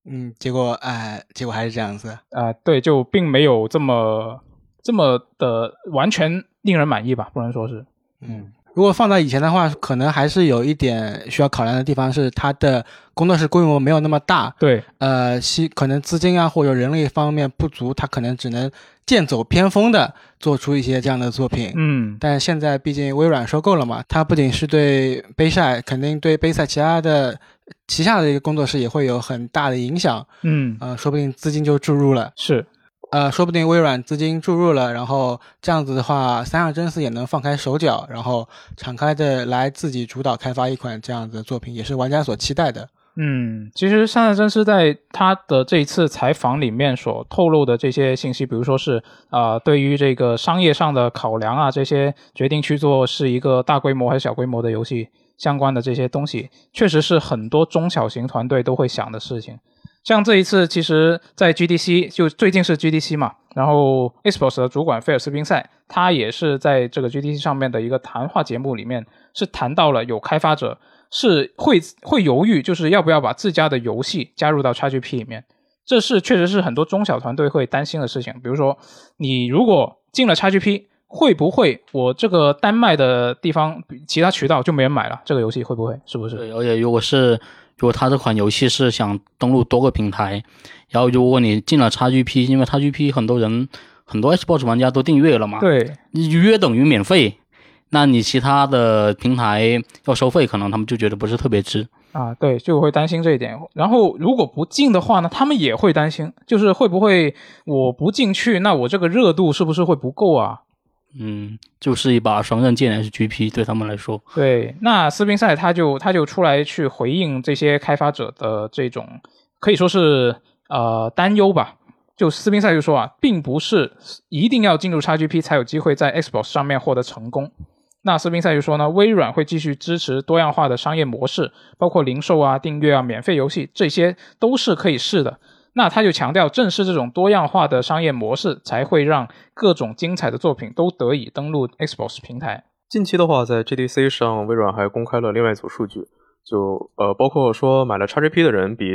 Speaker 4: 嗯，结果哎、结果还是这样子，
Speaker 1: 啊、对，就并没有这么这么的完全令人满意吧，不能说是。
Speaker 4: 嗯。如果放到以前的话，可能还是有一点需要考量的地方是它的工作室规模没有那么大，
Speaker 1: 对，
Speaker 4: 呃，西可能资金啊或者人力方面不足，它可能只能剑走偏锋的做出一些这样的作品。
Speaker 1: 嗯，
Speaker 4: 但现在毕竟微软收购了嘛，它不仅是对杯赛，肯定对杯赛其他的旗下的一个工作室也会有很大的影响。
Speaker 1: 嗯，
Speaker 4: 呃，说不定资金就注入了，
Speaker 1: 是，
Speaker 4: 呃，说不定微软资金注入了，然后这样子的话，三上真司也能放开手脚，然后敞开的来自己主导开发一款这样子的作品，也是玩家所期待的。
Speaker 1: 嗯，其实山下真司在他的这一次采访里面所透露的这些信息，比如说是啊、呃对于这个商业上的考量啊，这些决定去做是一个大规模还是小规模的游戏相关的这些东西，确实是很多中小型团队都会想的事情。像这一次，其实，在 GDC 就最近是 GDC 嘛，然后 Xbox 的主管菲尔斯宾塞，他也是在这个 GDC 上面的一个谈话节目里面，是谈到了有开发者是会会犹豫，就是要不要把自家的游戏加入到 XGP 里面。这是确实是很多中小团队会担心的事情。比如说，你如果进了 XGP，会不会我这个单卖的地方其他渠道就没人买了？这个游戏会不会？是不是？
Speaker 2: 对，而且如果是如果它这款游戏是想登录多个平台，然后如果你进了 XGP，因为 XGP 很多人很多 Xbox 玩家都订阅了嘛，
Speaker 1: 对，
Speaker 2: 约等于免费。那你其他的平台要收费，可能他们就觉得不是特别值。
Speaker 1: 啊，对，就会担心这一点。然后如果不进的话呢，他们也会担心，就是会不会我不进去，那我这个热度是不是会不够啊？
Speaker 2: 嗯，就是一把双刃剑 SGP 对他们来说，
Speaker 1: 对，那斯宾塞他就他就出来去回应这些开发者的这种可以说是呃担忧吧。就斯宾塞就说啊，并不是一定要进入 XGP 才有机会在 Xbox 上面获得成功。那斯宾塞就说呢，微软会继续支持多样化的商业模式，包括零售啊、订阅啊、免费游戏，这些都是可以试的。那他就强调，正是这种多样化的商业模式，才会让各种精彩的作品都得以登陆 Xbox 平台。
Speaker 3: 近期的话，在 GDC 上，微软还公开了另外一组数据，就呃，包括说买了 XGP 的人比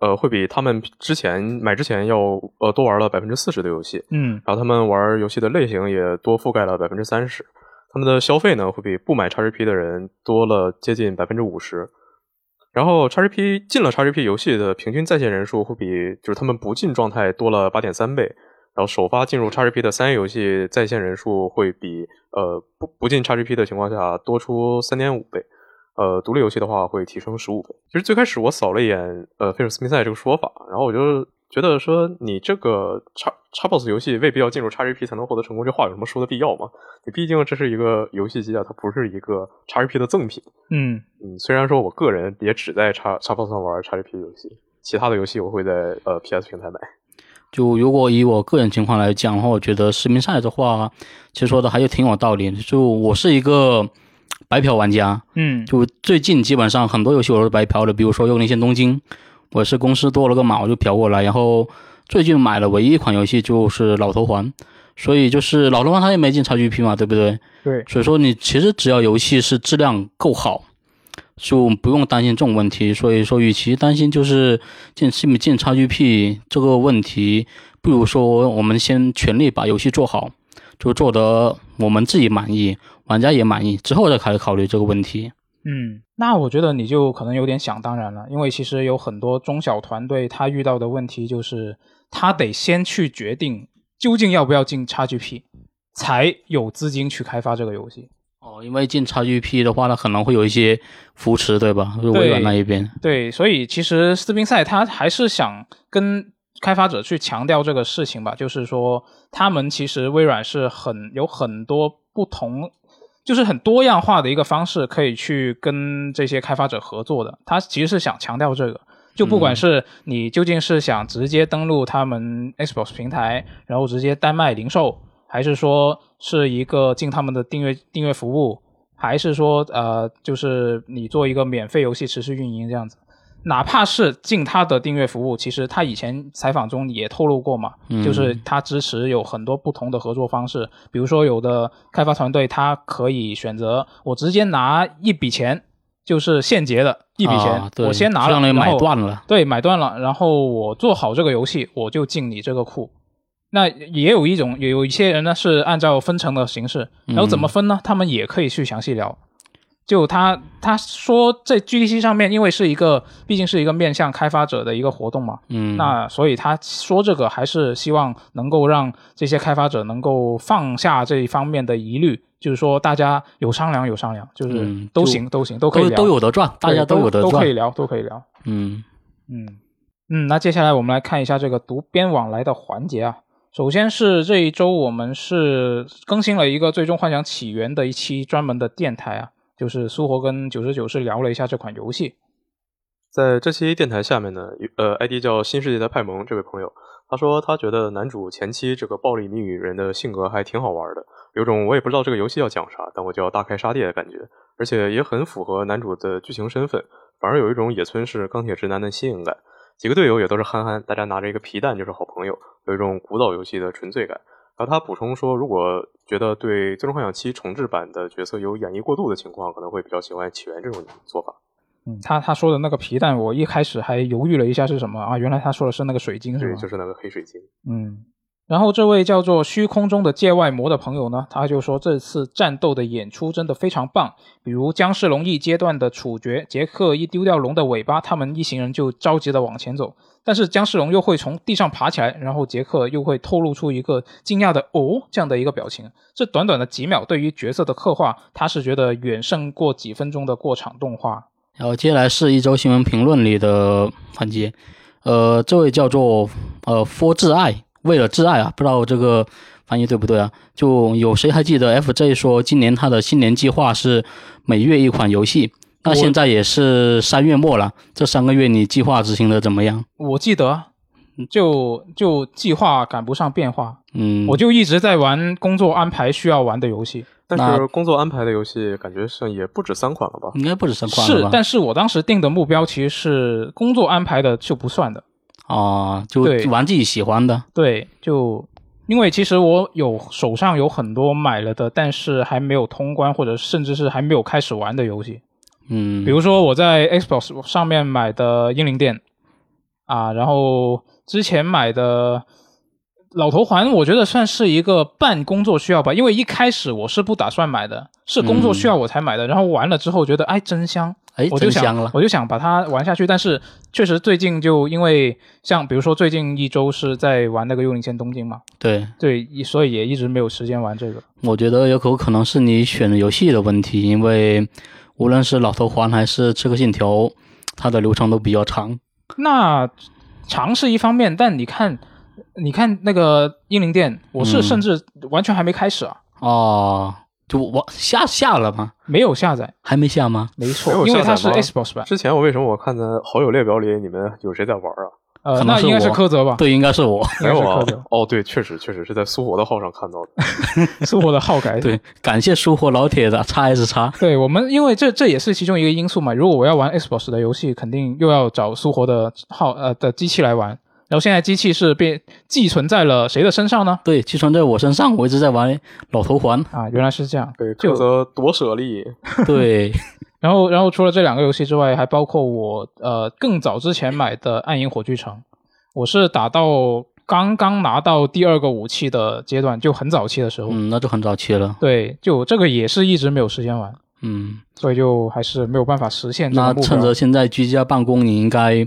Speaker 3: 呃会比他们之前买之前要呃多玩了百分之四十的游戏，
Speaker 1: 嗯，
Speaker 3: 然后他们玩游戏的类型也多覆盖了百分之三十，他们的消费呢会比不买 XGP 的人多了接近百分之五十。然后 XGP 进了 XGP 游戏的平均在线人数会比就是他们不进状态多了八点三倍，然后首发进入 XGP 的三 A 游戏在线人数会比呃不不进 XGP 的情况下多出三点五倍。呃，独立游戏的话会提升十五倍。其实最开始我扫了一眼呃菲尔斯密塞这个说法，然后我就觉得说你这个叉叉 box 游戏未必要进入叉 GP 才能获得成功，这话有什么说的必要吗？你毕竟这是一个游戏机啊，它不是一个叉 GP 的赠品。
Speaker 1: 嗯，
Speaker 3: 嗯，虽然说我个人也只在叉叉 box 上玩叉 GP 游戏，其他的游戏我会在呃 PS 平台买。
Speaker 2: 就如果以我个人情况来讲的话，我觉得市民赛的话，其实说的还是挺有道理的。就我是一个白嫖玩家，
Speaker 1: 嗯，
Speaker 2: 就最近基本上很多游戏我都是白嫖的，比如说《幽灵线：东京》，我是公司多了个码我就嫖过来，然后最近买了唯一一款游戏就是《老头环》，所以就是《老头环》它也没进 XGP 嘛，对不对？
Speaker 1: 对，
Speaker 2: 所以说你其实只要游戏是质量够好，就不用担心这种问题。所以说，与其担心就是进进不进 XGP 这个问题，不如说我们先全力把游戏做好，就做得我们自己满意，玩家也满意，之后再开始考虑这个问题。
Speaker 1: 嗯，那我觉得你就可能有点想当然了，因为其实有很多中小团队他遇到的问题就是，他得先去决定究竟要不要进 XGP，才有资金去开发这个游戏。
Speaker 2: 哦，因为进 XGP 的话，它可能会有一些扶持，对吧？就是微软那一边。
Speaker 1: 对，所以其实斯宾塞他还是想跟开发者去强调这个事情吧，就是说他们其实微软是很有很多不同，就是很多样化的一个方式可以去跟这些开发者合作的。他其实是想强调这个。就不
Speaker 2: 嗯
Speaker 1: 管是你究竟是想直接登录他们 Xbox 平台，然后直接单卖零售，还是说是一个进他们的订阅订阅服务，还是说呃，就是你做一个免费游戏持续运营这样子。哪怕是进他的订阅服务，其实他以前采访中也透露过嘛，
Speaker 2: 嗯
Speaker 1: 就是他支持有很多不同的合作方式，比如说有的开发团队他可以选择我直接拿一笔钱，就是现结的一笔钱，
Speaker 2: 啊、对
Speaker 1: 我先拿了，
Speaker 2: 相当于
Speaker 1: 然
Speaker 2: 买
Speaker 1: 后
Speaker 2: 断了。
Speaker 1: 对，买断了，然后我做好这个游戏，我就进你这个库。那也有一种，也有一些人呢是按照分成的形式，
Speaker 2: 嗯
Speaker 1: 然后怎么分呢？他们也可以去详细聊。就他他说在 GDC 上面，因为是一个毕竟是一个面向开发者的一个活动嘛，
Speaker 2: 嗯，
Speaker 1: 那所以他说这个还是希望能够让这些开发者能够放下这一方面的疑虑，就是说大家有商量有商量，就是
Speaker 2: 嗯
Speaker 1: 都
Speaker 2: 就
Speaker 1: 行都行都可以
Speaker 2: 都
Speaker 1: 聊，
Speaker 2: 都有的赚，大
Speaker 1: 对
Speaker 2: 家
Speaker 1: 都
Speaker 2: 有的
Speaker 1: 都可以
Speaker 2: 赚。
Speaker 1: 聊都可以聊。
Speaker 2: 嗯，
Speaker 1: 嗯，嗯，那接下来我们来看一下这个读编往来的环节啊。首先是这一周我们是更新了一个《最终幻想起源》的一期专门的电台啊，就是苏活跟九十九是聊了一下这款游戏。
Speaker 3: 在这期电台下面呢，有呃，ID 叫新世界的派蒙这位朋友，他说他觉得男主前期这个暴力谜语人的性格还挺好玩的，有种我也不知道这个游戏要讲啥，但我就要大开杀戒的感觉，而且也很符合男主的剧情身份，反而有一种野村式钢铁直男的新颖感。几个队友也都是憨憨，大家拿着一个皮蛋就是好朋友，有一种古早游戏的纯粹感。然后他补充说，如果觉得对《最终幻想七》重置版的角色有演绎过度的情况，可能会比较喜欢起源这种做法。
Speaker 1: 嗯，他他说的那个皮蛋，我一开始还犹豫了一下是什么啊，原来他说的是那个水晶是
Speaker 3: 对，
Speaker 1: 吗？
Speaker 3: 就是那个黑水晶。
Speaker 1: 嗯，然后这位叫做虚空中的界外魔的朋友呢，他就说这次战斗的演出真的非常棒，比如僵尸龙一阶段的处决，杰克一丢掉龙的尾巴，他们一行人就着急的往前走，但是僵尸龙又会从地上爬起来，然后杰克又会透露出一个惊讶的“哦”这样的一个表情。这短短的几秒，对于角色的刻画，他是觉得远胜过几分钟的过场动画。
Speaker 2: 然后接下来是一周新闻评论里的环节，呃，这位叫做呃 For 挚爱，为了挚爱啊，不知道这个翻译对不对啊？就有谁还记得 FJ 说今年他的新年计划是每月一款游戏，那
Speaker 1: 我
Speaker 2: 现在也是三月末了，这三个月你计划执行的怎么样？
Speaker 1: 我记得啊，就就计划赶不上变化，
Speaker 2: 嗯，
Speaker 1: 我就一直在玩工作安排需要玩的游戏，
Speaker 3: 但
Speaker 2: 那
Speaker 3: 是工作安排的游戏感觉上也不止三款了吧？
Speaker 2: 应该不止三款了
Speaker 1: 是
Speaker 2: 吧？，
Speaker 1: 但是我当时定的目标其实是工作安排的就不算的，
Speaker 2: 啊、就
Speaker 1: 对
Speaker 2: 玩自己喜欢的。
Speaker 1: 对，就因为其实我有手上有很多买了的，但是还没有通关或者甚至是还没有开始玩的游戏，
Speaker 2: 嗯，
Speaker 1: 比如说我在 Xbox 上面买的《英灵殿》啊，然后之前买的。老头环，我觉得算是一个半工作需要吧，因为一开始我是不打算买的，是工作需要我才买的。然后玩了之后觉得，哎，真香，
Speaker 2: 哎，
Speaker 1: 我就
Speaker 2: 嗯真
Speaker 1: 想
Speaker 2: 香了。
Speaker 1: 我就想把它玩下去，但是确实最近就因为像比如说最近一周是在玩那个《幽灵线：东京》嘛，
Speaker 2: 对，
Speaker 1: 对，所以也一直没有时间玩这个。
Speaker 2: 我觉得有可可能是你选的游戏的问题，因为无论是老头环还是刺客信条，它的流程都比较长。
Speaker 1: 那尝试一方面，但你看，你看那个《英灵殿》，我是
Speaker 2: 嗯
Speaker 1: 甚至完全还没开始啊，
Speaker 2: 哦，就我下下了吗？
Speaker 1: 没有下载，
Speaker 2: 还没下吗？
Speaker 1: 没
Speaker 3: 没
Speaker 1: 错，
Speaker 3: 有
Speaker 1: 因为
Speaker 3: 下载
Speaker 1: 它是
Speaker 3: 吗
Speaker 1: Xbox 版
Speaker 3: 之前我为什么我看在好友列表里你们有谁在玩啊？
Speaker 1: 呃，
Speaker 2: 可能
Speaker 1: 那
Speaker 2: 是
Speaker 1: 应该是
Speaker 2: 我
Speaker 1: 苛责吧？
Speaker 2: 对，应该是哎我。
Speaker 1: 应该是
Speaker 3: 有啊
Speaker 1: 苛责，
Speaker 3: 哦，对，确实确实是在苏活的号上看到的。
Speaker 1: 是我的号改。
Speaker 2: 对，感谢疏忽老铁的叉 S 叉。
Speaker 1: 对我们，因为这这也是其中一个因素嘛。如果我要玩 Xbox 的游戏，肯定又要找苏活的号呃的机器来玩。然后现在机器是被寄存在了谁的身上呢？。
Speaker 2: 对，寄存在我身上，我一直在玩老头环
Speaker 1: 啊，原来是这样。
Speaker 3: 对，
Speaker 1: 就
Speaker 3: 苛责多舍利，
Speaker 2: 对，
Speaker 1: 然后，然后除了这两个游戏之外，还包括我呃更早之前买的《暗影火炬城》，我是打到刚刚拿到第二个武器的阶段，就很早期的时候。
Speaker 2: 嗯，那就很早期了。
Speaker 1: 对，就这个也是一直没有时间玩，
Speaker 2: 嗯，
Speaker 1: 所以就还是没有办法实现这个
Speaker 2: 那
Speaker 1: 目标。
Speaker 2: 趁着现在居家办公，你应该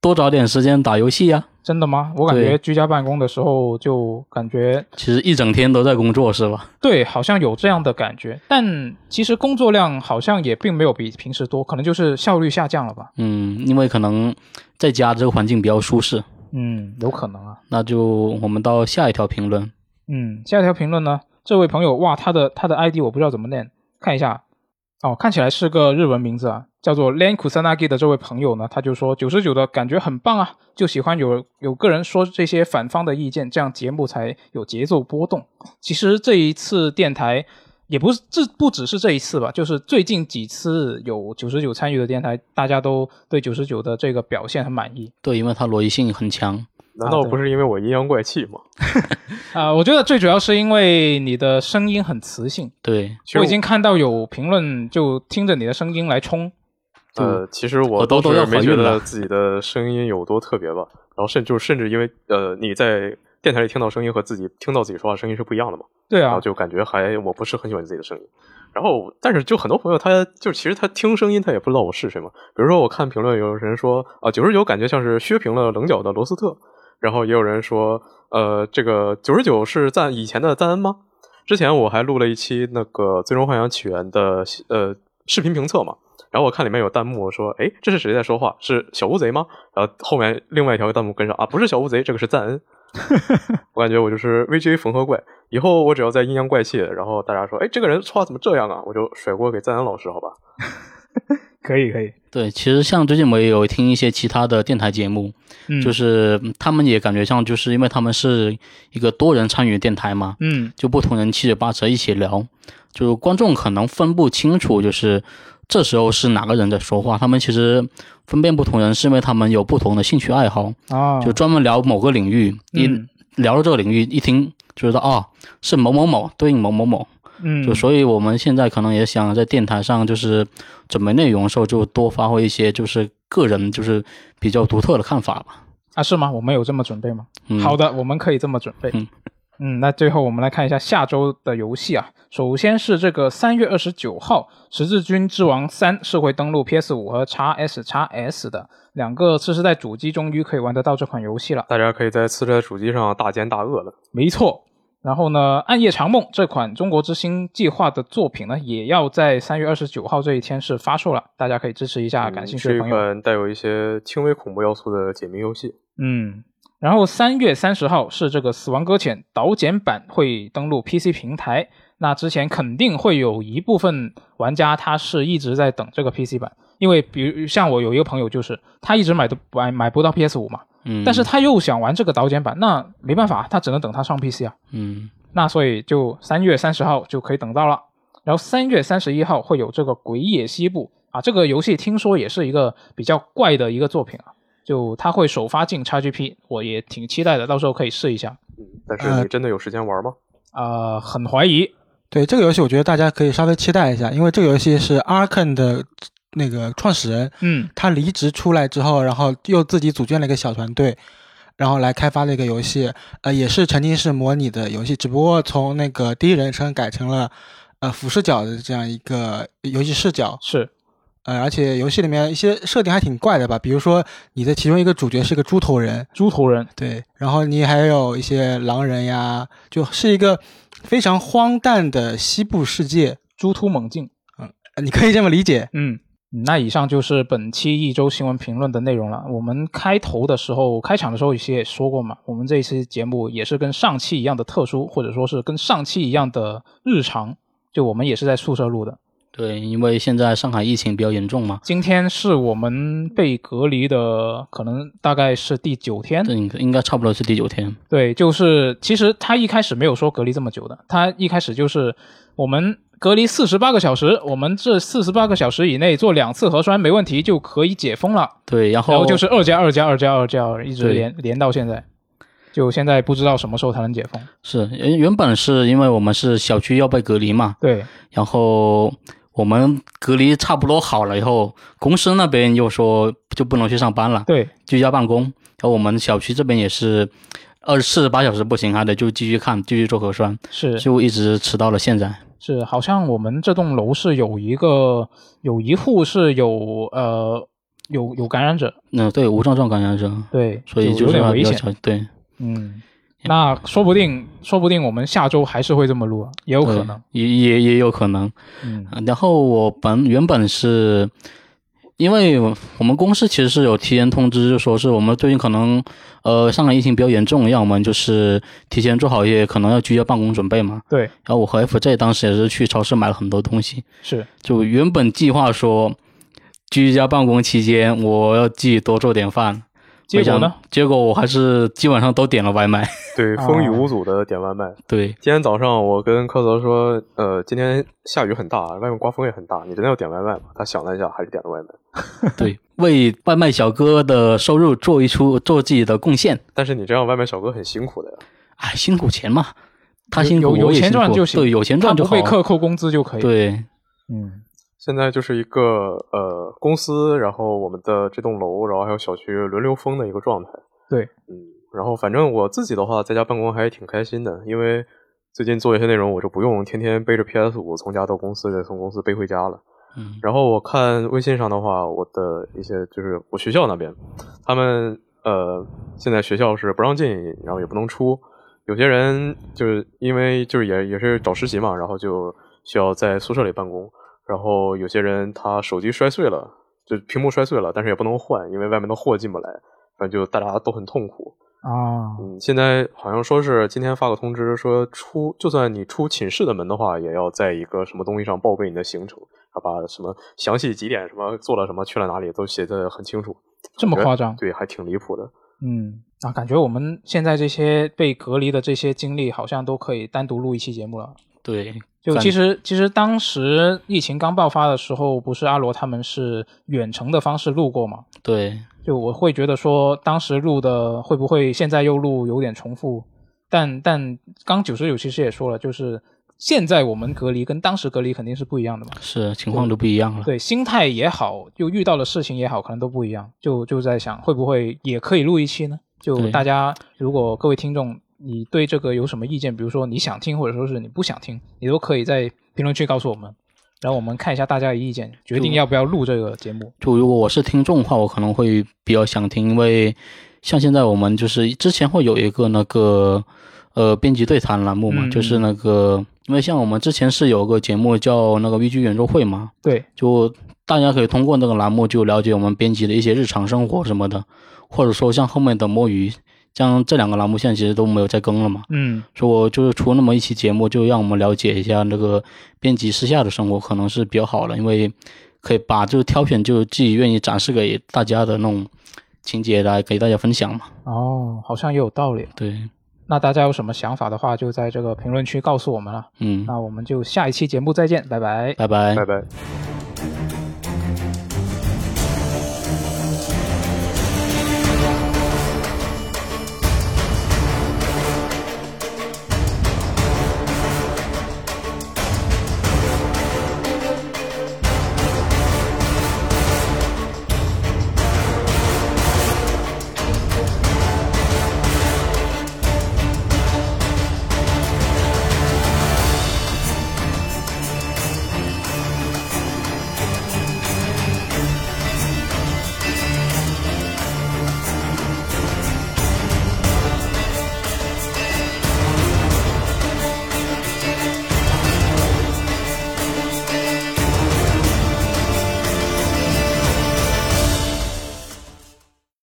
Speaker 2: 多找点时间打游戏啊呀。
Speaker 1: 真的吗？我感觉
Speaker 2: 对
Speaker 1: 居家办公的时候就感觉
Speaker 2: 其实一整天都在工作是吧？
Speaker 1: 对，好像有这样的感觉，但其实工作量好像也并没有比平时多，可能就是效率下降了吧。
Speaker 2: 嗯，因为可能在家这个环境比较舒适。
Speaker 1: 嗯，有可能啊。
Speaker 2: 那就我们到下一条评论。
Speaker 1: 嗯，下一条评论呢？这位朋友，哇，他的他的 ID 我不知道怎么念，看一下。哦，看起来是个日文名字啊，叫做 Len Kusanagi 的这位朋友呢，他就说九十九的感觉很棒啊，就喜欢有有个人说这些反方的意见，这样节目才有节奏波动。其实这一次电台也不是这不只是这一次吧，就是最近几次有九十九参与的电台，大家都对九十九的这个表现很满意
Speaker 2: 对，因为它逻辑性很强。
Speaker 3: 难道
Speaker 1: 对
Speaker 3: 不是因为我阴阳怪气吗？
Speaker 1: 啊、我觉得最主要是因为你的声音很磁性。
Speaker 2: 对，
Speaker 3: 其实
Speaker 1: 我已经看到有评论就听着你的声音来冲，
Speaker 3: 呃，其实
Speaker 2: 我
Speaker 3: 我
Speaker 2: 都
Speaker 3: 倒
Speaker 2: 都要
Speaker 3: 是没
Speaker 2: 怀
Speaker 3: 觉
Speaker 2: 孕了
Speaker 3: 得自己的声音有多特别吧，然后甚就是甚至因为呃你在电台里听到声音和自己听到自己说话声音是不一样的嘛，
Speaker 1: 对
Speaker 3: 然后
Speaker 2: 哦
Speaker 1: 啊，
Speaker 3: 就感觉还我不是很喜欢自己的声音。然后，但是就很多朋友他就其实他听声音他也不知道我是谁嘛。比如说我看评论有人说啊九十九感觉像是削平了棱角的罗斯特，然后也有人说呃这个九十九是赞以前的赞恩吗？之前我还录了一期那个《最终幻想起源》的呃视频评测嘛，然后我看里面有弹幕说，哎，这是谁在说话？是小乌贼吗？然后后面另外一条弹幕跟上啊，不是小乌贼，这个是赞恩。 我感觉我就是 VGA 缝合怪，以后我只要在阴阳怪气，然后大家说，哎，这个人说话怎么这样啊？我就甩锅给赞恩老师，好吧？
Speaker 1: 可以可以，
Speaker 2: 对，其实像最近我也有听一些其他的电台节目，
Speaker 1: 嗯，
Speaker 2: 就是他们也感觉像，就是因为他们是一个多人参与电台嘛，
Speaker 1: 嗯
Speaker 2: 就不同人七嘴八舌一起聊，就观众可能分不清楚，就是这时候是哪个人在说话。他们其实分辨不同人，是因为他们有不同的兴趣爱好，
Speaker 1: 啊，
Speaker 2: 就专门聊某个领域。一
Speaker 1: 嗯
Speaker 2: 聊到这个领域，一听就知道啊、是某某某对应某某某。
Speaker 1: 嗯，
Speaker 2: 就所以我们现在可能也想在电台上，就是准备内容的时候，就多发挥一些就是个人就是比较独特的看法吧。
Speaker 1: 啊是吗？我们有这么准备吗？
Speaker 2: 嗯，
Speaker 1: 好的，我们可以这么准备
Speaker 2: 嗯。
Speaker 1: 嗯，那最后我们来看一下下周的游戏啊。首先是这个三月二十九号，《十字军之王三》是会登陆 PS 五和 x S x S 的两个次世代主机，终于可以玩得到这款游戏了。
Speaker 3: 大家可以在次世代主机上大奸大恶了。
Speaker 1: 没错。然后呢，《暗夜长梦》这款中国之星计划的作品呢，也要在三月二十九号这一天是发售了，大家可以支持一下感兴趣
Speaker 3: 嗯
Speaker 1: 的
Speaker 3: 是
Speaker 1: 朋
Speaker 3: 一
Speaker 1: 友。
Speaker 3: 款带有一些轻微恐怖要素的解谜游戏。
Speaker 1: 嗯，然后三月三十号是这个《死亡搁浅》导剪版会登陆 PC 平台，那之前肯定会有一部分玩家他是一直在等这个 PC 版，因为比如像我有一个朋友就是他一直买的买买不到 PS 五嘛，
Speaker 2: 嗯，
Speaker 1: 但是他又想玩这个导剪版，那没办法，他只能等它上 PC 啊。
Speaker 2: 嗯，
Speaker 1: 那所以就三月三十号就可以等到了。然后三月三十一号会有这个《鬼野西部》啊，这个游戏听说也是一个比较怪的一个作品啊，就它会首发进 XGP，我也挺期待的，到时候可以试一下。
Speaker 3: 但
Speaker 4: 呃
Speaker 3: 是你真的有时间玩吗？
Speaker 1: 呃，很怀疑，
Speaker 4: 对这个游戏，我觉得大家可以稍微期待一下，因为这个游戏是 Arkane 的那个创始人，
Speaker 1: 嗯
Speaker 4: 他离职出来之后，然后又自己组建了一个小团队，然后来开发了一个游戏，呃，也是沉浸式模拟的游戏，只不过从那个第一人称改成了呃俯视角的这样一个游戏视角，
Speaker 1: 是
Speaker 4: 呃，而且游戏里面一些设定还挺怪的吧，比如说你的其中一个主角是个猪头人，
Speaker 1: 猪头人，
Speaker 4: 对，然后你还有一些狼人呀，就是一个非常荒诞的西部世界，
Speaker 1: 猪突猛进。
Speaker 4: 呃你可以这么理解。
Speaker 1: 嗯，那以上就是本期一周新闻评论的内容了。我们开头的时候，开场的时候也是也说过嘛，我们这一期节目也是跟上期一样的特殊，或者说是跟上期一样的日常，就我们也是在宿舍录的。
Speaker 2: 对，因为现在上海疫情比较严重嘛，
Speaker 1: 今天是我们被隔离的，可能大概是第九天。
Speaker 2: 这应该应该差不多是第九天。
Speaker 1: 对，就是其实他一开始没有说隔离这么久的，他一开始就是我们隔离四十八个小时，我们这四十八个小时以内做两次核酸没问题就可以解封了，
Speaker 2: 对，然后
Speaker 1: 然后就是二加二加二加二加二，一直
Speaker 2: 哦对
Speaker 1: 连连到现在，就现在不知道什么时候才能解封。
Speaker 2: 是原原本是因为我们是小区要被隔离嘛，
Speaker 1: 对，
Speaker 2: 然后我们隔离差不多好了以后，公司那边又说就不能去上班了，
Speaker 1: 对，
Speaker 2: 居家办公。然后我们小区这边也是二四十八小时不行，还得就继续看，继续做核酸，
Speaker 1: 是
Speaker 2: 就一直迟到了现在。
Speaker 1: 是，好像我们这栋楼是有一个有一户是有呃有有感染者，
Speaker 2: 嗯，对，无症状感染者，
Speaker 1: 对，
Speaker 2: 所以
Speaker 1: 就
Speaker 2: 就
Speaker 1: 有
Speaker 2: 是
Speaker 1: 点
Speaker 2: 还
Speaker 1: 危
Speaker 2: 比较
Speaker 1: 险。
Speaker 2: 小。对，
Speaker 1: 嗯，那说不定说不定我们下周还是会这么录啊，也有可
Speaker 2: 对
Speaker 1: 能。，
Speaker 2: 也也也有可能。啊
Speaker 1: 嗯
Speaker 2: 然后我本原本是，因为我们公司其实是有提前通知，就说是我们最近可能呃上海疫情比较严重，让我们就是提前做好一些可能要居家办公准备嘛。
Speaker 1: 对，
Speaker 2: 然后我和 FJ 当时也是去超市买了很多东西，
Speaker 1: 是
Speaker 2: 就原本计划说居家办公期间我要自己多做点饭。
Speaker 1: 结果呢
Speaker 2: 没想？结果我还是基本上都点了外卖。
Speaker 3: 对，
Speaker 1: 啊
Speaker 3: 风雨无阻的点外卖。
Speaker 2: 对，
Speaker 3: 今天早上我跟柯泽说，呃，今天下雨很大，外面刮风也很大，你真的要点外卖吗？他想了一下，还是点了外卖。
Speaker 2: 对，为外卖小哥的收入做一出做自己的贡献。
Speaker 3: 但是你这样外卖小哥很辛苦的呀。
Speaker 2: 哎，辛苦钱嘛，他
Speaker 1: 有
Speaker 2: 辛苦，
Speaker 1: 有
Speaker 2: 我也
Speaker 1: 钱
Speaker 2: 辛
Speaker 1: 赚
Speaker 2: 苦
Speaker 1: 就行
Speaker 2: 对，有钱
Speaker 1: 他
Speaker 2: 赚就
Speaker 1: 不
Speaker 2: 好
Speaker 1: 被。克扣工资就可以。，
Speaker 2: 对
Speaker 1: 嗯，
Speaker 3: 现在就是一个呃公司，然后我们的这栋楼，然后还有小区轮流封的一个状态。
Speaker 1: 对，
Speaker 3: 嗯，然后反正我自己的话，在家办公还挺开心的，因为最近做一些内容，我就不用天天背着 PS 五从家到公司，再从公司背回家了。
Speaker 2: 嗯，
Speaker 3: 然后我看微信上的话，我的一些就是我学校那边，他们呃现在学校是不让进，然后也不能出。有些人就是因为就是也也是找实习嘛，然后就需要在宿舍里办公。然后有些人他手机摔碎了，就屏幕摔碎了，但是也不能换，因为外面的货进不来，反正就大家都很痛苦。
Speaker 1: 啊，
Speaker 3: 嗯，现在好像说是今天发个通知，说出就算你出寝室的门的话，也要在一个什么东西上报备你的行程，啊，把什么详细几点什么做了什么去了哪里都写的很清楚。
Speaker 1: 这
Speaker 3: 哎
Speaker 1: 么夸张？
Speaker 3: 对，还挺离谱的。
Speaker 1: 嗯，啊，感觉我们现在这些被隔离的这些经历，好像都可以单独录一期节目了。
Speaker 2: 对，
Speaker 1: 就
Speaker 2: 感
Speaker 1: 其实其实当时疫情刚爆发的时候，不是阿罗他们是远程的方式录过嘛？
Speaker 2: 对，
Speaker 1: 就我会觉得说，当时录的会不会现在又录有点重复？但但刚九十九其实也说了，就是现在我们隔离跟当时隔离肯定是不一样的嘛。
Speaker 2: 是情况都不一样了。
Speaker 1: 对，心态也好，就遇到的事情也好，可能都不一样。就就在想，会不会也可以录一期呢？就
Speaker 2: 对
Speaker 1: 大家，如果各位听众，你对这个有什么意见，比如说你想听，或者说是你不想听，你都可以在评论区告诉我们，然后我们看一下大家的意见，决定要不要录这个节目。
Speaker 2: 就如果我是听众的话，我可能会比较想听，因为像现在我们就是之前会有一个那个呃编辑对谈栏目嘛，
Speaker 1: 嗯
Speaker 2: 就是那个，因为像我们之前是有个节目叫那个 VG 圆桌会嘛，
Speaker 1: 对，
Speaker 2: 就大家可以通过那个栏目就了解我们编辑的一些日常生活什么的，或者说像后面的摸鱼，像这两个栏目现在其实都没有再更了嘛，
Speaker 1: 嗯，
Speaker 2: 所以我就是出那么一期节目，就让我们了解一下那个编辑私下的生活，可能是比较好了，因为可以把就是挑选就自己愿意展示给大家的那种情节来给大家分享嘛。
Speaker 1: 哦，好像也有道理。
Speaker 2: 对，
Speaker 1: 那大家有什么想法的话，就在这个评论区告诉我们了。
Speaker 2: 嗯，
Speaker 1: 那我们就下一期节目再见，拜拜。
Speaker 2: 拜拜
Speaker 3: 拜
Speaker 1: 拜
Speaker 3: 拜。
Speaker 1: 拜